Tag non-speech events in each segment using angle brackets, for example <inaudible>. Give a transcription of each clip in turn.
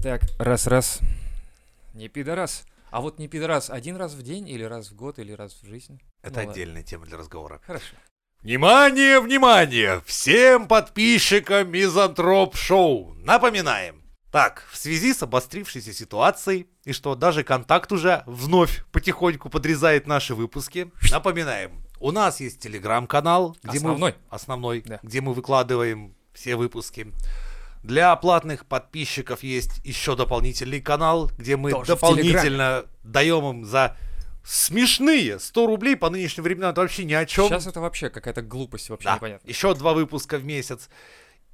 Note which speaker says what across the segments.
Speaker 1: Так, раз-раз. Не пидорас. А вот не пидорас один раз в день или раз в год или раз в жизнь?
Speaker 2: Это
Speaker 1: Ну ладно.
Speaker 2: отдельная тема для разговора.
Speaker 1: Хорошо.
Speaker 2: Внимание, внимание! Всем подписчикам Мизантроп Шоу напоминаем. Так, в связи с обострившейся ситуацией, и что даже контакт уже вновь потихоньку подрезает наши выпуски, напоминаем, у нас есть телеграм-канал, где
Speaker 1: Основной.
Speaker 2: мы... Основной.
Speaker 1: Да.
Speaker 2: Где мы выкладываем все выпуски. Для платных подписчиков есть еще дополнительный канал, где мы
Speaker 1: Тоже в
Speaker 2: дополнительно даем им за смешные 100 рублей по нынешним временам, это вообще ни о чем.
Speaker 1: Сейчас это вообще какая-то глупость вообще непонятно.
Speaker 2: Еще два выпуска в месяц.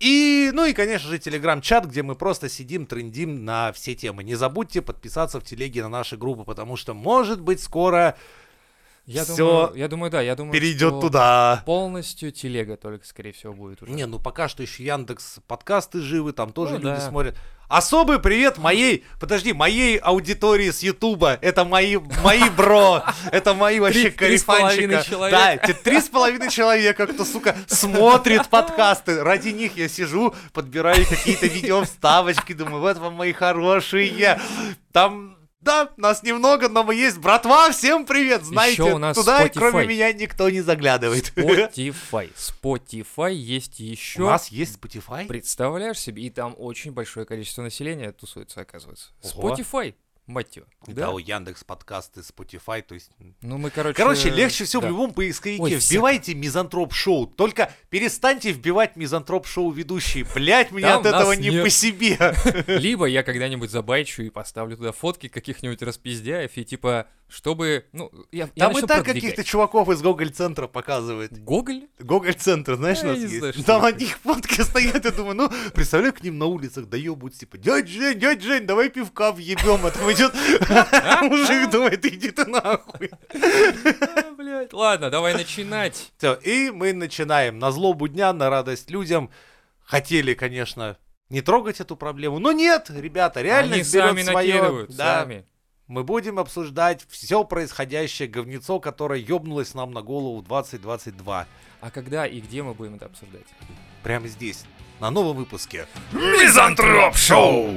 Speaker 2: И, ну и, конечно же, телеграм-чат, где мы просто сидим, трендим на все темы. Не забудьте подписаться в телеге на наши группы, потому что, может быть, скоро
Speaker 1: Я
Speaker 2: Всё.
Speaker 1: думаю, я думаю, да, я думаю,
Speaker 2: перейдет
Speaker 1: что
Speaker 2: туда.
Speaker 1: Полностью телега только, скорее всего, будет уже.
Speaker 2: Не, ну пока что еще Яндекс подкасты живы, там тоже
Speaker 1: Ну
Speaker 2: люди
Speaker 1: да.
Speaker 2: смотрят. Особый привет моей, подожди, моей аудитории с Ютуба. Это мои, мои бро, это мои вообще
Speaker 1: Три- три с половиной
Speaker 2: корефанчика.
Speaker 1: человека.
Speaker 2: Да, те три с половиной человека, кто, сука, смотрит подкасты. Ради них я сижу, подбираю какие-то видео вставочки, думаю, вот вам мои хорошие. Там да, нас немного, но мы есть. Братва, всем привет! Знаете,
Speaker 1: Ещё у нас
Speaker 2: туда, кроме
Speaker 1: Spotify.
Speaker 2: меня, никто не заглядывает.
Speaker 1: Spotify. Spotify есть еще.
Speaker 2: <laughs> У нас есть Spotify?
Speaker 1: Представляешь себе, и там очень большое количество населения тусуется, оказывается.
Speaker 2: Ого.
Speaker 1: Spotify, мать его.
Speaker 2: Да, у Яндекс подкасты, Spotify, то есть...
Speaker 1: Ну мы, короче...
Speaker 2: Короче, легче всего
Speaker 1: да.
Speaker 2: в любом поисковике.
Speaker 1: Ой, всяко.
Speaker 2: Вбивайте мизантроп шоу. Только перестаньте вбивать мизантроп шоу ведущие. Блять, мне
Speaker 1: Там
Speaker 2: от этого
Speaker 1: нас
Speaker 2: не
Speaker 1: нет.
Speaker 2: по себе.
Speaker 1: Либо я когда-нибудь забайчу и поставлю туда фотки каких-нибудь распиздяев, и типа, чтобы... Ну, я, я
Speaker 2: Там и
Speaker 1: начну
Speaker 2: так
Speaker 1: продвигать.
Speaker 2: каких-то чуваков из Гоголь-центра показывают. <laughs>
Speaker 1: Гоголь?
Speaker 2: Гоголь-центр, знаешь,
Speaker 1: Я
Speaker 2: у нас
Speaker 1: не
Speaker 2: есть.
Speaker 1: знаю, что
Speaker 2: Там
Speaker 1: это.
Speaker 2: от них фотки <laughs> стоят, я думаю, ну, представляю, к ним на улицах доебут, типа, дядь Жень, дядь Жень, давай пивка въебем, а там <laughs> идет мужик, думает, иди ты нахуй.
Speaker 1: А, блядь. Ладно, давай начинать.
Speaker 2: Всё, и мы начинаем. На злобу дня, на радость людям. Хотели, конечно, не трогать эту проблему, но нет, ребята, реально
Speaker 1: Они сами накидывают,
Speaker 2: Да,
Speaker 1: сами.
Speaker 2: мы будем обсуждать все происходящее говнецо, которое ёбнулось нам на голову 2022.
Speaker 1: А когда и где мы будем это обсуждать?
Speaker 2: Прямо здесь, на новом выпуске.
Speaker 3: Мизантроп Шоу!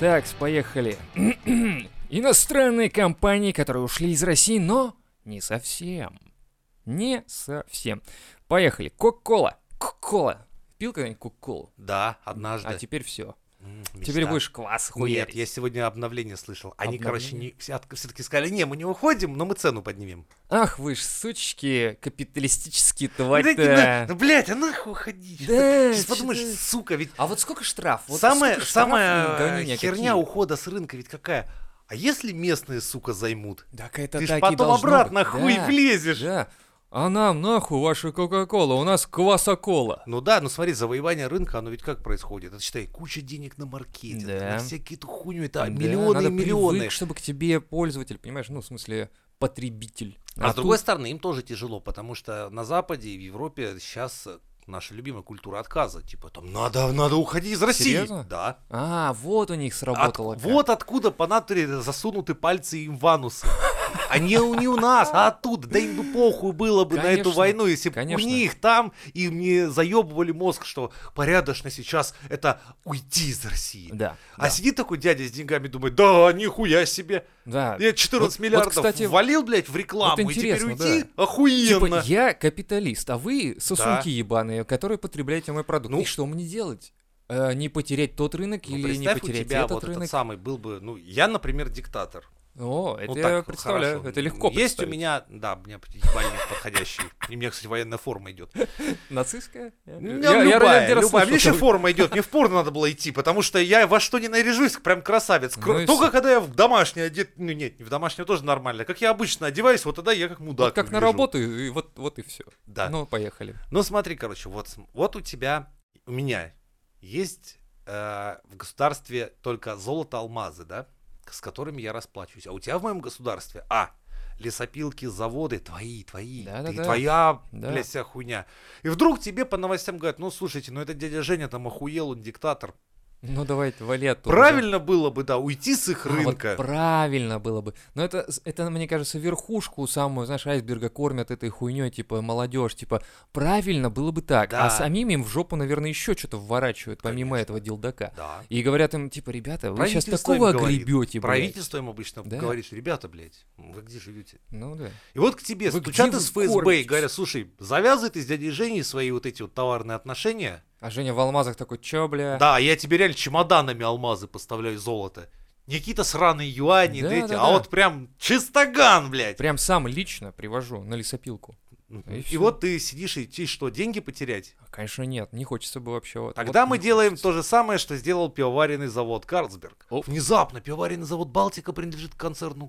Speaker 1: Так, поехали. <clears throat> Иностранные компании, которые ушли из России, но не совсем. Не совсем. Поехали. Кока-кола. Кока-кола. Пил когда-нибудь кока-колу?
Speaker 2: Да,
Speaker 1: А
Speaker 2: однажды.
Speaker 1: теперь все.
Speaker 2: М,
Speaker 1: Теперь
Speaker 2: мечта.
Speaker 1: будешь класс
Speaker 2: Нет,
Speaker 1: хуярить.
Speaker 2: я сегодня обновление слышал. Они,
Speaker 1: Обновление?
Speaker 2: короче, не, все-таки сказали, не, мы не уходим, но мы цену поднимем.
Speaker 1: Ах вы ж сучки, капиталистические
Speaker 2: Блядь, на-
Speaker 1: твари-то.
Speaker 2: ну, блядь, а нахуй уходи.
Speaker 1: Да,
Speaker 2: Сейчас подумаешь,
Speaker 1: чё ты?
Speaker 2: сука, ведь
Speaker 1: А вот сколько штраф? Вот
Speaker 2: самая
Speaker 1: сколько штраф
Speaker 2: самая э,
Speaker 1: и гонения какие?
Speaker 2: херня ухода с рынка ведь какая? А если местные, сука, займут?
Speaker 1: Так это
Speaker 2: Ты ж
Speaker 1: так и
Speaker 2: потом
Speaker 1: должно
Speaker 2: обратно
Speaker 1: быть.
Speaker 2: хуй
Speaker 1: Да,
Speaker 2: влезешь.
Speaker 1: Да. А нам нахуй ваша Кока-Кола, у нас квасокола.
Speaker 2: Ну да, ну смотри, завоевание рынка, оно ведь как происходит? Это, считай, куча денег на маркетинг,
Speaker 1: Да.
Speaker 2: на всякие эту хуйню, это
Speaker 1: Да,
Speaker 2: миллионы
Speaker 1: надо
Speaker 2: и миллионы.
Speaker 1: привык, чтобы к тебе пользователь, понимаешь, ну, в смысле, потребитель.
Speaker 2: А, с
Speaker 1: тут-
Speaker 2: другой стороны, им тоже тяжело, потому что на Западе и в Европе сейчас наша любимая культура отказа. Типа там надо, надо уходить из России.
Speaker 1: Серьезно?
Speaker 2: Да.
Speaker 1: А, вот у них
Speaker 2: От-
Speaker 1: сработало. как.
Speaker 2: вот откуда по натуре засунуты пальцы им в анусы. Они у- не у нас, а оттуда. Да им бы похуй было бы на эту
Speaker 1: Конечно,
Speaker 2: войну, если бы у
Speaker 1: конечно.
Speaker 2: них там им не заебывали мозг, что порядочно сейчас это уйти из России.
Speaker 1: Да.
Speaker 2: А
Speaker 1: да,
Speaker 2: сидит такой дядя с деньгами, думает, да, нихуя себе.
Speaker 1: да.
Speaker 2: Я 14
Speaker 1: Вот- вот,
Speaker 2: миллиардов
Speaker 1: кстати,
Speaker 2: ввалил, блядь, в рекламу, и теперь
Speaker 1: интересно,
Speaker 2: уйти?
Speaker 1: Типа,
Speaker 2: Охуенно.
Speaker 1: я капиталист, а вы сосунки
Speaker 2: Да.
Speaker 1: ебаные, которые потребляете мой продукт.
Speaker 2: Ну.
Speaker 1: И что мне делать? Э, не потерять тот рынок
Speaker 2: Ну,
Speaker 1: Типа, или не
Speaker 2: представь, у
Speaker 1: потерять
Speaker 2: тебя
Speaker 1: этот
Speaker 2: вот
Speaker 1: рынок?
Speaker 2: этот самый был бы, ну, я, например, диктатор.
Speaker 1: О, это
Speaker 2: Ну,
Speaker 1: я
Speaker 2: так,
Speaker 1: представляю,
Speaker 2: хорошо.
Speaker 1: это легко
Speaker 2: Есть у
Speaker 1: представить.
Speaker 2: меня, да, у меня ебальник подходящий. И мне, кстати, военная форма идет.
Speaker 1: Нацистская?
Speaker 2: У меня <laughs> любая, любая. Мне еще форма идет, мне в порно надо было идти, потому что я во что не наряжусь, прям красавец. Кро-
Speaker 1: Ну и
Speaker 2: Только
Speaker 1: всё.
Speaker 2: когда я в домашнее одет, ну нет, не в домашнее тоже нормально. Как я обычно одеваюсь, вот тогда я как мудак.
Speaker 1: Вот как на
Speaker 2: выгляжу.
Speaker 1: работу, и вот, вот и все.
Speaker 2: Да.
Speaker 1: Ну, поехали.
Speaker 2: Ну смотри, короче, вот, см- вот у тебя, у меня есть э, в государстве только золото, алмазы, да, с которыми я расплачиваюсь. А у тебя в моем государстве, а, лесопилки, заводы твои, твои,
Speaker 1: Да-да-да.
Speaker 2: ты- твоя,
Speaker 1: Да.
Speaker 2: блядь, вся хуйня. И вдруг тебе по новостям говорят, ну слушайте, ну этот дядя Женя там охуел, он диктатор.
Speaker 1: Ну давай, вали оттуда.
Speaker 2: Правильно было бы, да, уйти с их
Speaker 1: А, вот
Speaker 2: рынка.
Speaker 1: правильно было бы. Но это, это, мне кажется, верхушку самую, знаешь, айсберга кормят этой хуйней, типа, молодежь, типа, правильно было бы так.
Speaker 2: Да.
Speaker 1: А самим им в жопу, наверное, еще что-то вворачивают, помимо этого делдака.
Speaker 2: Да.
Speaker 1: И говорят им, типа, ребята, вы сейчас
Speaker 2: Правительство им
Speaker 1: такого
Speaker 2: говорит.
Speaker 1: огребете, Типа, блядь.
Speaker 2: Правительство им обычно
Speaker 1: Да.
Speaker 2: говорит, ребята, блядь, вы где живете?
Speaker 1: Ну да.
Speaker 2: И вот к тебе
Speaker 1: Вы
Speaker 2: стучат
Speaker 1: где
Speaker 2: из
Speaker 1: вы
Speaker 2: ФСБ и
Speaker 1: кормитесь?
Speaker 2: говорят, слушай, завязывай ты с дядей Женей свои вот эти вот товарные отношения.
Speaker 1: А Женя в алмазах такой, чё, бля?
Speaker 2: Да, я тебе реально чемоданами алмазы поставляю и золото. Не какие-то сраные юани,
Speaker 1: Да,
Speaker 2: да эти,
Speaker 1: да,
Speaker 2: а
Speaker 1: да.
Speaker 2: вот прям чистоган, блядь.
Speaker 1: Прям сам лично привожу на лесопилку.
Speaker 2: Мгм.
Speaker 1: И
Speaker 2: И,
Speaker 1: всё.
Speaker 2: вот ты сидишь и тебе что, деньги потерять?
Speaker 1: А, Конечно, нет, не хочется бы вообще. вот-
Speaker 2: Тогда
Speaker 1: вот
Speaker 2: мы
Speaker 1: не
Speaker 2: делаем
Speaker 1: хочется.
Speaker 2: то же самое, что сделал пивоваренный завод Карлсберг.
Speaker 1: Оп.
Speaker 2: Внезапно пивоваренный завод Балтика принадлежит концерну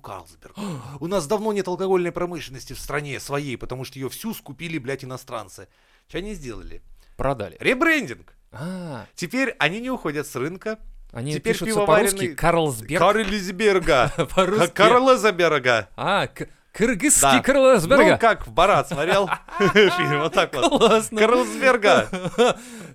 Speaker 1: <gasps>
Speaker 2: Карлсберг. У нас давно нет алкогольной промышленности в стране своей, потому что ее всю скупили, блядь, иностранцы. Что они сделали?
Speaker 1: Продали.
Speaker 2: Ребрендинг.
Speaker 1: А,
Speaker 2: Теперь они не уходят с рынка.
Speaker 1: они
Speaker 2: Теперь
Speaker 1: пишутся по-русски
Speaker 2: пивоваренный-
Speaker 1: Карлсберг.
Speaker 2: Карлсберга. Ка-
Speaker 1: <laughs> По-русски.
Speaker 2: Карлсберга.
Speaker 1: А, к-
Speaker 2: Да.
Speaker 1: кыргызский
Speaker 2: Ну,
Speaker 1: Карлсберга.
Speaker 2: как в Барат смотрел <laughs> фильм, вот так вот.
Speaker 1: <laughs> Классно.
Speaker 2: Карлсберга.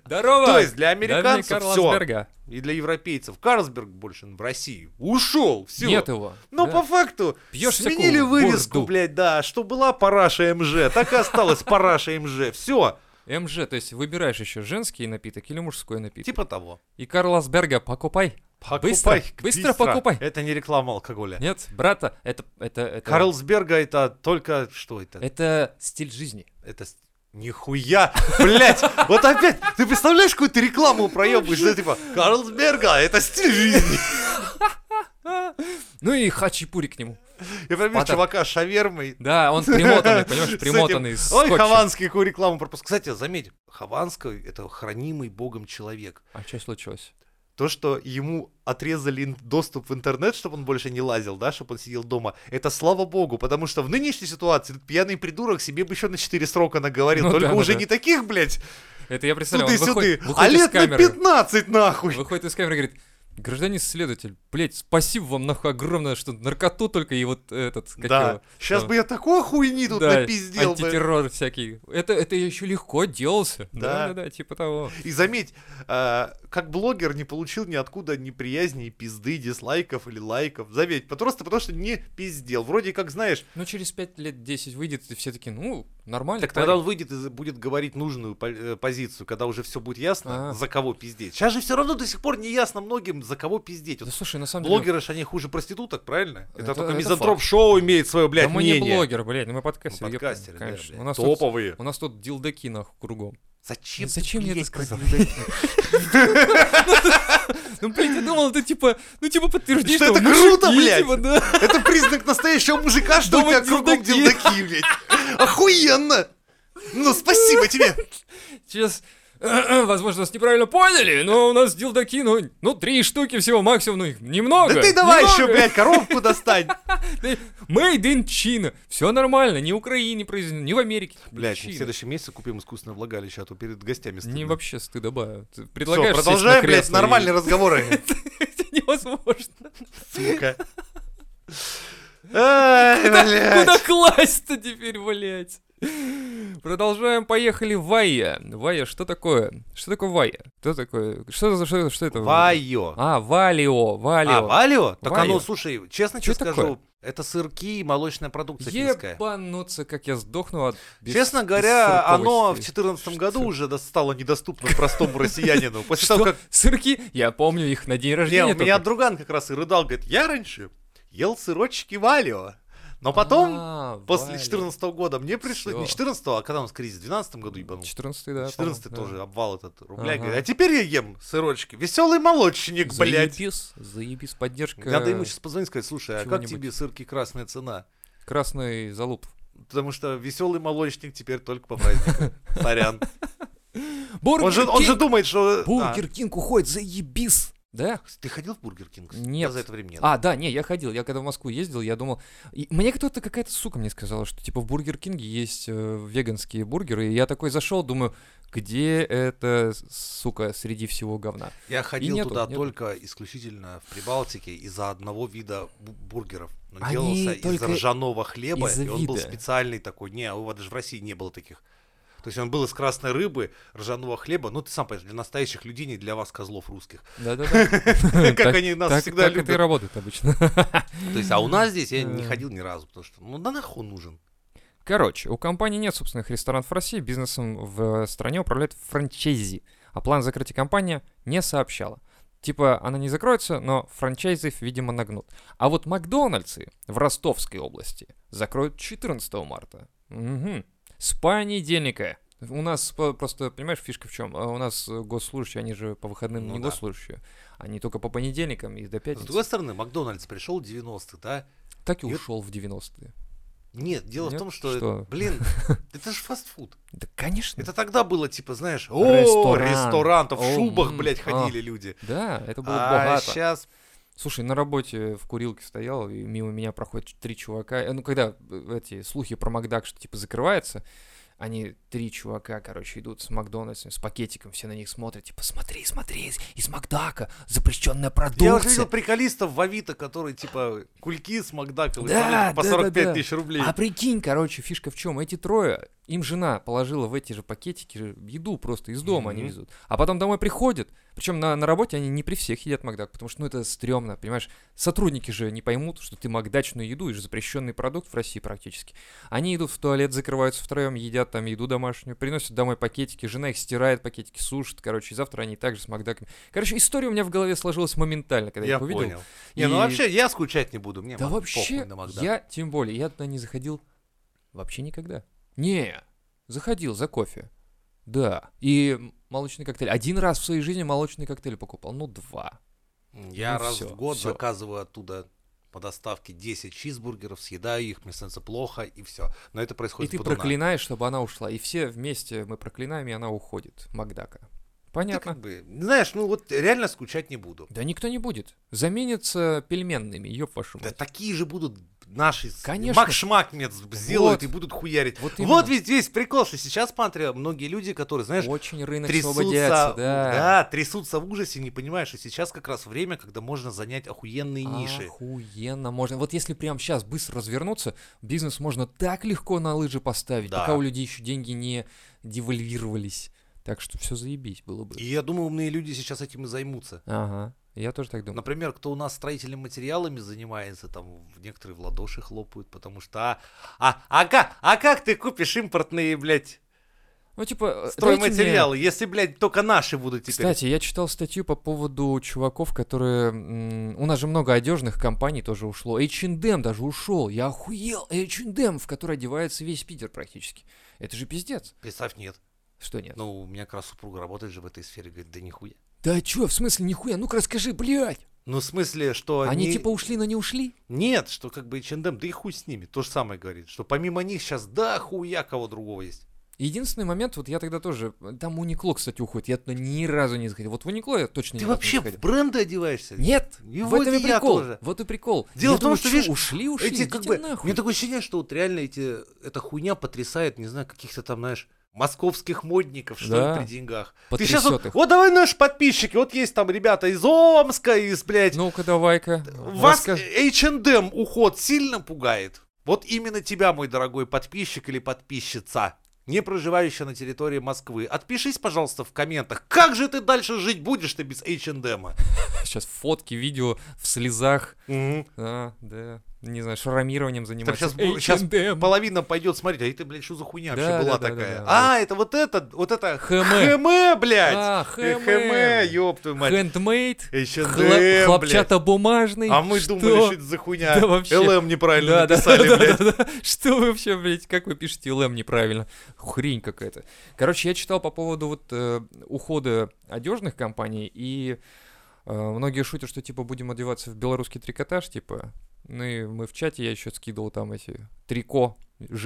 Speaker 1: Здорово.
Speaker 2: То есть для
Speaker 1: Давний
Speaker 2: американцев все.
Speaker 1: Карлсберга.
Speaker 2: И для европейцев. Карлсберг больше в России. Ушел. Все.
Speaker 1: Нет его.
Speaker 2: Но
Speaker 1: да.
Speaker 2: по факту
Speaker 1: Пьёшь
Speaker 2: сменили
Speaker 1: всякую
Speaker 2: вывеску,
Speaker 1: бурду.
Speaker 2: блядь, да, что была параша МЖ, так и осталась параша МЖ. Все,
Speaker 1: МЖ, то есть выбираешь еще женский напиток или мужской напиток.
Speaker 2: типа того.
Speaker 1: И Карлсберга покупай.
Speaker 2: Покупай,
Speaker 1: Быстро, быстро покупай.
Speaker 2: Это не реклама алкоголя.
Speaker 1: Нет, э. брата, это... это, это
Speaker 2: Карлсберга это только что это?
Speaker 1: Это стиль жизни.
Speaker 2: Это с- Нихуя! Блять! Вот опять! Ты представляешь, какую ты рекламу проебываешь? Да, типа, Карлсберга, это стиль жизни!
Speaker 1: Ну и хачапури к нему.
Speaker 2: Я прям вижу
Speaker 1: Потом-
Speaker 2: чувака с шавермой.
Speaker 1: Да, он примотанный,
Speaker 2: <laughs>
Speaker 1: понимаешь,
Speaker 2: с
Speaker 1: примотанный.
Speaker 2: этим.
Speaker 1: с
Speaker 2: Ой,
Speaker 1: скотчем.
Speaker 2: Хованский какую рекламу пропустил. Кстати, заметь, Хованский это хранимый богом человек.
Speaker 1: А что случилось?
Speaker 2: То, что ему отрезали ин- доступ в интернет, чтобы он больше не лазил, да, чтобы он сидел дома, это слава богу, потому что в нынешней ситуации этот пьяный придурок себе бы еще на 4 срока наговорил,
Speaker 1: Ну
Speaker 2: только
Speaker 1: да, да,
Speaker 2: уже
Speaker 1: да.
Speaker 2: не таких, блядь,
Speaker 1: Это я представляю, он
Speaker 2: туды-сюды,
Speaker 1: выходит,
Speaker 2: а
Speaker 1: выходит из
Speaker 2: лет на
Speaker 1: камеры.
Speaker 2: 15 нахуй.
Speaker 1: Выходит из камеры и говорит, гражданин следователь, блять, спасибо вам нахуй огромное, что наркоту только и вот этот, как
Speaker 2: Да,
Speaker 1: его,
Speaker 2: сейчас
Speaker 1: там,
Speaker 2: бы я такой хуйни тут
Speaker 1: да,
Speaker 2: напиздел бы.
Speaker 1: антитеррор всякий. Это, это еще легко делался. Да.
Speaker 2: Да.
Speaker 1: да, да, типа того.
Speaker 2: И заметь, а, как блогер не получил ниоткуда неприязни и пизды, дизлайков или лайков. Заметь, просто потому что не пиздел. Вроде как, знаешь,
Speaker 1: Ну, через 5 лет 10 выйдет, и все таки ну, нормально.
Speaker 2: так тогда он выйдет и за- будет говорить нужную по- э, позицию, когда уже все будет ясно,
Speaker 1: А.
Speaker 2: за кого пиздеть. Сейчас же все равно до сих пор не ясно многим, за кого пиздеть.
Speaker 1: Да
Speaker 2: Вот
Speaker 1: слушай, на самом деле...
Speaker 2: блогеры ж они хуже проституток, правильно? Это,
Speaker 1: Это-
Speaker 2: только
Speaker 1: это
Speaker 2: мизантроп-шоу имеет свое, блядь,
Speaker 1: да мы
Speaker 2: мнение.
Speaker 1: не блогеры, блядь, ну мы подкастеры.
Speaker 2: Мы
Speaker 1: ёпта,
Speaker 2: подкастеры, да,
Speaker 1: конечно.
Speaker 2: блядь,
Speaker 1: у, нас тут,
Speaker 2: топовые.
Speaker 1: у нас тут дилдаки нахуй кругом.
Speaker 2: Зачем?
Speaker 1: Ну зачем
Speaker 2: ты,
Speaker 1: я это
Speaker 2: блядь,
Speaker 1: сказал?
Speaker 2: про дилдаки?
Speaker 1: Ну, блядь, я думал, это типа, ну, типа подтверждение,
Speaker 2: Что это
Speaker 1: мужики,
Speaker 2: круто, блядь!
Speaker 1: типа, да.
Speaker 2: Это признак настоящего мужика, что у
Speaker 1: Дома
Speaker 2: тебя кругом
Speaker 1: дилдаки.
Speaker 2: дилдаки, блядь. Охуенно! Ну, спасибо тебе!
Speaker 1: Сейчас, <clears throat> возможно, нас неправильно поняли, но у нас дилдаки, ну, ну, три штуки всего максимум, ну, их немного.
Speaker 2: Да ты давай
Speaker 1: немного.
Speaker 2: еще, блядь, коробку
Speaker 1: <laughs>
Speaker 2: достань!
Speaker 1: Да, Made in China. Все нормально, ни в Украине произведено, ни в Америке.
Speaker 2: Блядь,
Speaker 1: China.
Speaker 2: в следующем месяце купим искусственное влагалище, а то перед гостями
Speaker 1: Не
Speaker 2: стыдно.
Speaker 1: вообще стыдоба. Ты
Speaker 2: Все,
Speaker 1: предлагаешь сесть на
Speaker 2: продолжаем, блядь,
Speaker 1: кресло и-
Speaker 2: нормальные разговоры.
Speaker 1: Это <laughs> невозможно.
Speaker 2: Сука. Ай,
Speaker 1: Куда
Speaker 2: блядь.
Speaker 1: класть-то теперь, блядь? Продолжаем, поехали. Вая. Вая, что такое? Что такое Вая? Кто такое? Что, за- что, что это?
Speaker 2: Вайо.
Speaker 1: А, Валио,
Speaker 2: А,
Speaker 1: Валио.
Speaker 2: валио? Так
Speaker 1: Валио.
Speaker 2: оно, слушай, честно тебе
Speaker 1: Чё такое?
Speaker 2: скажу, это сырки и молочная продукция финская.
Speaker 1: Ебануться, как я сдохну от бес-
Speaker 2: Честно говоря, оно в
Speaker 1: бессырковости.
Speaker 2: 2014 году
Speaker 1: Что?
Speaker 2: уже до- стало недоступно простому россиянину. После
Speaker 1: Что?
Speaker 2: того, как...
Speaker 1: Сырки? Я помню их на день
Speaker 2: Не,
Speaker 1: рождения
Speaker 2: у меня
Speaker 1: только.
Speaker 2: друган как раз и рыдал, говорит, я раньше ел сырочки Валио, но потом,
Speaker 1: А,
Speaker 2: после
Speaker 1: Валио.
Speaker 2: 14 года, мне пришло... Не
Speaker 1: Всё.
Speaker 2: 14 а когда у нас кризис? В 12 году ебанул.
Speaker 1: 14 да.
Speaker 2: 14
Speaker 1: по-моему,
Speaker 2: тоже
Speaker 1: да.
Speaker 2: обвал этот рубля.
Speaker 1: Ага.
Speaker 2: Говорит, а теперь я ем сырочки. Веселый молочник, блядь.
Speaker 1: Заебись, заебись, поддержка
Speaker 2: Надо ему сейчас позвонить, сказать, слушай, а как
Speaker 1: чего-нибудь.
Speaker 2: тебе сырки красная цена?
Speaker 1: красный залуп.
Speaker 2: Потому что веселый молочник теперь только по
Speaker 1: <laughs>
Speaker 2: праздникам. Сорян.
Speaker 1: Бургер
Speaker 2: Он же, он же
Speaker 1: Кинг!
Speaker 2: думает, что... а,
Speaker 1: Бургер Кинг уходит, заебись! Да?
Speaker 2: Ты ходил в Бургер Кинг?
Speaker 1: Нет.
Speaker 2: Я за это время нет.
Speaker 1: А, да, не, я ходил, я когда в Москву ездил, я думал... и мне кто-то, какая-то сука мне сказала, что типа в Бургер Кинге есть э, веганские бургеры, и я такой зашел, думаю, где это, сука, среди всего говна?
Speaker 2: я ходил
Speaker 1: нету,
Speaker 2: туда
Speaker 1: нету.
Speaker 2: только исключительно в Прибалтике из-за одного вида бу- бургеров. Он
Speaker 1: Они
Speaker 2: делался из
Speaker 1: только
Speaker 2: ржаного хлеба,
Speaker 1: из-за
Speaker 2: и он был
Speaker 1: вида.
Speaker 2: специальный такой. Не, его даже в России не было таких. То есть он был из красной рыбы, ржаного хлеба. Ну, ты сам понимаешь, для настоящих людей, не для вас, козлов русских.
Speaker 1: Да-да-да.
Speaker 2: <laughs>
Speaker 1: <laughs>
Speaker 2: Как
Speaker 1: Так-
Speaker 2: они нас
Speaker 1: так-
Speaker 2: всегда
Speaker 1: Так это и
Speaker 2: любят.
Speaker 1: работает обычно. <laughs>
Speaker 2: То есть, а у нас здесь я не
Speaker 1: Э.
Speaker 2: ходил ни разу, потому что, ну, да нахуй он нужен.
Speaker 1: Короче, у компании нет собственных ресторанов в России, бизнесом в э, стране управляет франчайзи, а план закрытия компании не сообщала. Типа, она не закроется, но франчайзи, видимо, нагнут. А вот Макдональдсы в Ростовской области закроют 14 марта. Мгм. С понедельника. У нас по- просто, понимаешь, фишка в чем? У нас э, госслужащие, они же по выходным
Speaker 2: Ну
Speaker 1: не
Speaker 2: да.
Speaker 1: госслужащие. Они только по понедельникам и до
Speaker 2: С
Speaker 1: пятницы.
Speaker 2: другой стороны, Макдональдс пришел в 90-х, да?
Speaker 1: Так и
Speaker 2: Нет.
Speaker 1: ушел в 90-е.
Speaker 2: Нет, дело
Speaker 1: Нет?
Speaker 2: в том, что,
Speaker 1: Что? <laughs>
Speaker 2: блин, это же фастфуд.
Speaker 1: Да, конечно.
Speaker 2: Это тогда было, типа, знаешь, о,
Speaker 1: Ресторан.
Speaker 2: ресторантов, в
Speaker 1: О,
Speaker 2: шубах,
Speaker 1: м,
Speaker 2: блядь,
Speaker 1: а.
Speaker 2: ходили люди.
Speaker 1: Да, это было
Speaker 2: А
Speaker 1: богато.
Speaker 2: сейчас,
Speaker 1: Слушай, на работе в курилке стоял, и мимо меня проходят ч- три чувака. Э, Ну, когда э, эти слухи про Макдак, что типа закрывается, они три чувака, короче, идут с Макдональдсом, с пакетиком, все на них смотрят, типа, смотри, смотри, из, из Макдака запрещенная
Speaker 2: я уже видел
Speaker 1: продукция.
Speaker 2: приколистов в Авито, которые, типа, кульки с Макдака
Speaker 1: Да,
Speaker 2: выставляют по
Speaker 1: да, да,
Speaker 2: 45
Speaker 1: да.
Speaker 2: тысяч рублей.
Speaker 1: А прикинь, короче, фишка в чем? Эти трое, им жена положила в эти же пакетики же еду просто из дома они
Speaker 2: Мгм.
Speaker 1: везут. А потом домой приходят. Причем на, на работе они не при всех едят Макдак, потому что ну это стрёмно, понимаешь? Сотрудники же не поймут, что ты макдачную еду, и же запрещенный продукт в России практически. Они идут в туалет, закрываются втроем, едят там еду домашнюю, приносят домой пакетики, жена их стирает, пакетики сушит, короче, и завтра они также с Макдаками. Короче, история у меня в голове сложилась моментально, когда я,
Speaker 2: Я
Speaker 1: их увидел.
Speaker 2: понял. Не, ну
Speaker 1: И-
Speaker 2: вообще, я скучать не буду, мне
Speaker 1: да
Speaker 2: похуй
Speaker 1: вообще,
Speaker 2: на Макдак.
Speaker 1: я тем более, я туда не заходил вообще никогда. Не, заходил за кофе. Да, и молочный коктейль. Один раз в своей жизни молочный коктейль покупал, ну два.
Speaker 2: Я
Speaker 1: Ну
Speaker 2: раз
Speaker 1: всё,
Speaker 2: в год
Speaker 1: всё.
Speaker 2: заказываю оттуда по доставке 10 чизбургеров, съедаю их, мне становится плохо, и все. Но это
Speaker 1: и
Speaker 2: происходит
Speaker 1: ты
Speaker 2: с бодуна.
Speaker 1: проклинаешь, чтобы она ушла. И все вместе мы проклинаем, и она уходит. Макдака.
Speaker 2: Да
Speaker 1: Понятно.
Speaker 2: как бы, знаешь, ну вот реально скучать не буду.
Speaker 1: Да никто не будет. Заменятся пельменными, ёб вашу
Speaker 2: Да
Speaker 1: мать.
Speaker 2: такие же будут наши. с-
Speaker 1: Конечно.
Speaker 2: Макшмак мед сделают
Speaker 1: Вот.
Speaker 2: и будут хуярить.
Speaker 1: Вот
Speaker 2: Вот,
Speaker 1: именно.
Speaker 2: ведь весь прикол, что сейчас, смотри, многие люди, которые, знаешь,
Speaker 1: Очень рынок
Speaker 2: трясутся,
Speaker 1: освободятся, да.
Speaker 2: да, трясутся в ужасе, не понимаешь, и сейчас как раз время, когда можно занять охуенные ниши.
Speaker 1: Охуенно можно. Вот если прямо сейчас быстро развернуться, бизнес можно так легко на лыжи поставить,
Speaker 2: Да.
Speaker 1: пока у людей еще деньги не девальвировались. Так что все заебись было бы.
Speaker 2: И я думаю, умные люди сейчас этим и займутся.
Speaker 1: Ага, я тоже так думаю.
Speaker 2: Например, кто у нас строительными материалами занимается, там в- некоторые в ладоши хлопают, потому что а, а, а, ка- а как ты купишь импортные, блядь,
Speaker 1: Ну, типа, э, дайте мне-
Speaker 2: стройматериалы, если, блядь, только наши будут теперь?
Speaker 1: Кстати, я читал статью по поводу чуваков, которые... м, У нас же много одежных компаний тоже ушло. H&M даже ушел. Я охуел. H&M, в который одевается весь Питер практически. Это же пиздец.
Speaker 2: Представь, нет.
Speaker 1: Что нет?
Speaker 2: Ну, у меня как раз супруга работает же в этой сфере, говорит, да нихуя.
Speaker 1: Да чё, в смысле нихуя? Ну-ка расскажи, блядь.
Speaker 2: Ну, в смысле, что
Speaker 1: Они типа ушли, но не ушли?
Speaker 2: Нет, что как бы H&M, да и хуй с ними. То же самое говорит, что помимо них сейчас да хуя кого другого есть.
Speaker 1: Единственный момент, вот я тогда тоже, там Уникло, кстати, уходит, я туда ни разу не заходил. Вот в Уникло я точно ни
Speaker 2: ты
Speaker 1: разу не
Speaker 2: вообще в
Speaker 1: заходил.
Speaker 2: бренды одеваешься?
Speaker 1: Нет,
Speaker 2: И
Speaker 1: в
Speaker 2: вот
Speaker 1: этом
Speaker 2: и
Speaker 1: и
Speaker 2: я
Speaker 1: прикол,
Speaker 2: тоже.
Speaker 1: вот и прикол.
Speaker 2: Дело
Speaker 1: Я
Speaker 2: в том,
Speaker 1: думаю,
Speaker 2: что,
Speaker 1: «Чё,
Speaker 2: видишь,
Speaker 1: ушли, ушли,
Speaker 2: Эти, как
Speaker 1: идите
Speaker 2: бы,
Speaker 1: нахуй.
Speaker 2: Мне такое ощущение, что вот реально эти, эта хуйня потрясает, не знаю, каких-то там, знаешь, московских модников, что
Speaker 1: Да.
Speaker 2: ли, при деньгах.
Speaker 1: Потрясёт
Speaker 2: щас вот,
Speaker 1: их.
Speaker 2: вот давай наши подписчики, вот есть там ребята из Омска, из, блядь,
Speaker 1: Ну-ка, давай-ка.
Speaker 2: вас
Speaker 1: расскажи.
Speaker 2: H&M уход сильно пугает? Вот именно тебя, мой дорогой подписчик или подписчица, не проживающая на территории Москвы, отпишись, пожалуйста, в комментах, как же ты дальше жить будешь ты без H&M?
Speaker 1: Сейчас фотки, видео в слезах.
Speaker 2: Мгм.
Speaker 1: А, да. Не знаю, шрамированием заниматься.
Speaker 2: щас бу- щас
Speaker 1: H&M.
Speaker 2: половина пойдет смотреть, а это, блядь, что за хуйня
Speaker 1: Да,
Speaker 2: вообще была
Speaker 1: да, да,
Speaker 2: такая?
Speaker 1: да, да.
Speaker 2: а, это вот это, вот это
Speaker 1: «Хм».
Speaker 2: ХМ, блядь!
Speaker 1: А,
Speaker 2: Э,
Speaker 1: H&M.
Speaker 2: ХМ, ёб твою мать.
Speaker 1: Handmade.
Speaker 2: H&M,
Speaker 1: хлоп-
Speaker 2: блядь.
Speaker 1: Хлопчатобумажный.
Speaker 2: А мы
Speaker 1: Что?
Speaker 2: думали, что это за хуйня.
Speaker 1: Да вообще.
Speaker 2: ЛМ неправильно
Speaker 1: Да, да,
Speaker 2: написали,
Speaker 1: да,
Speaker 2: блядь.
Speaker 1: да, да. Что вы вообще, блядь, как вы пишете ЛМ неправильно? Хрень какая-то. Короче, я читал по поводу вот э, ухода одежных компаний, и э, многие шутят, что типа будем одеваться в белорусский трикотаж, типа. Ну и мы в чате, я еще скидывал там эти трико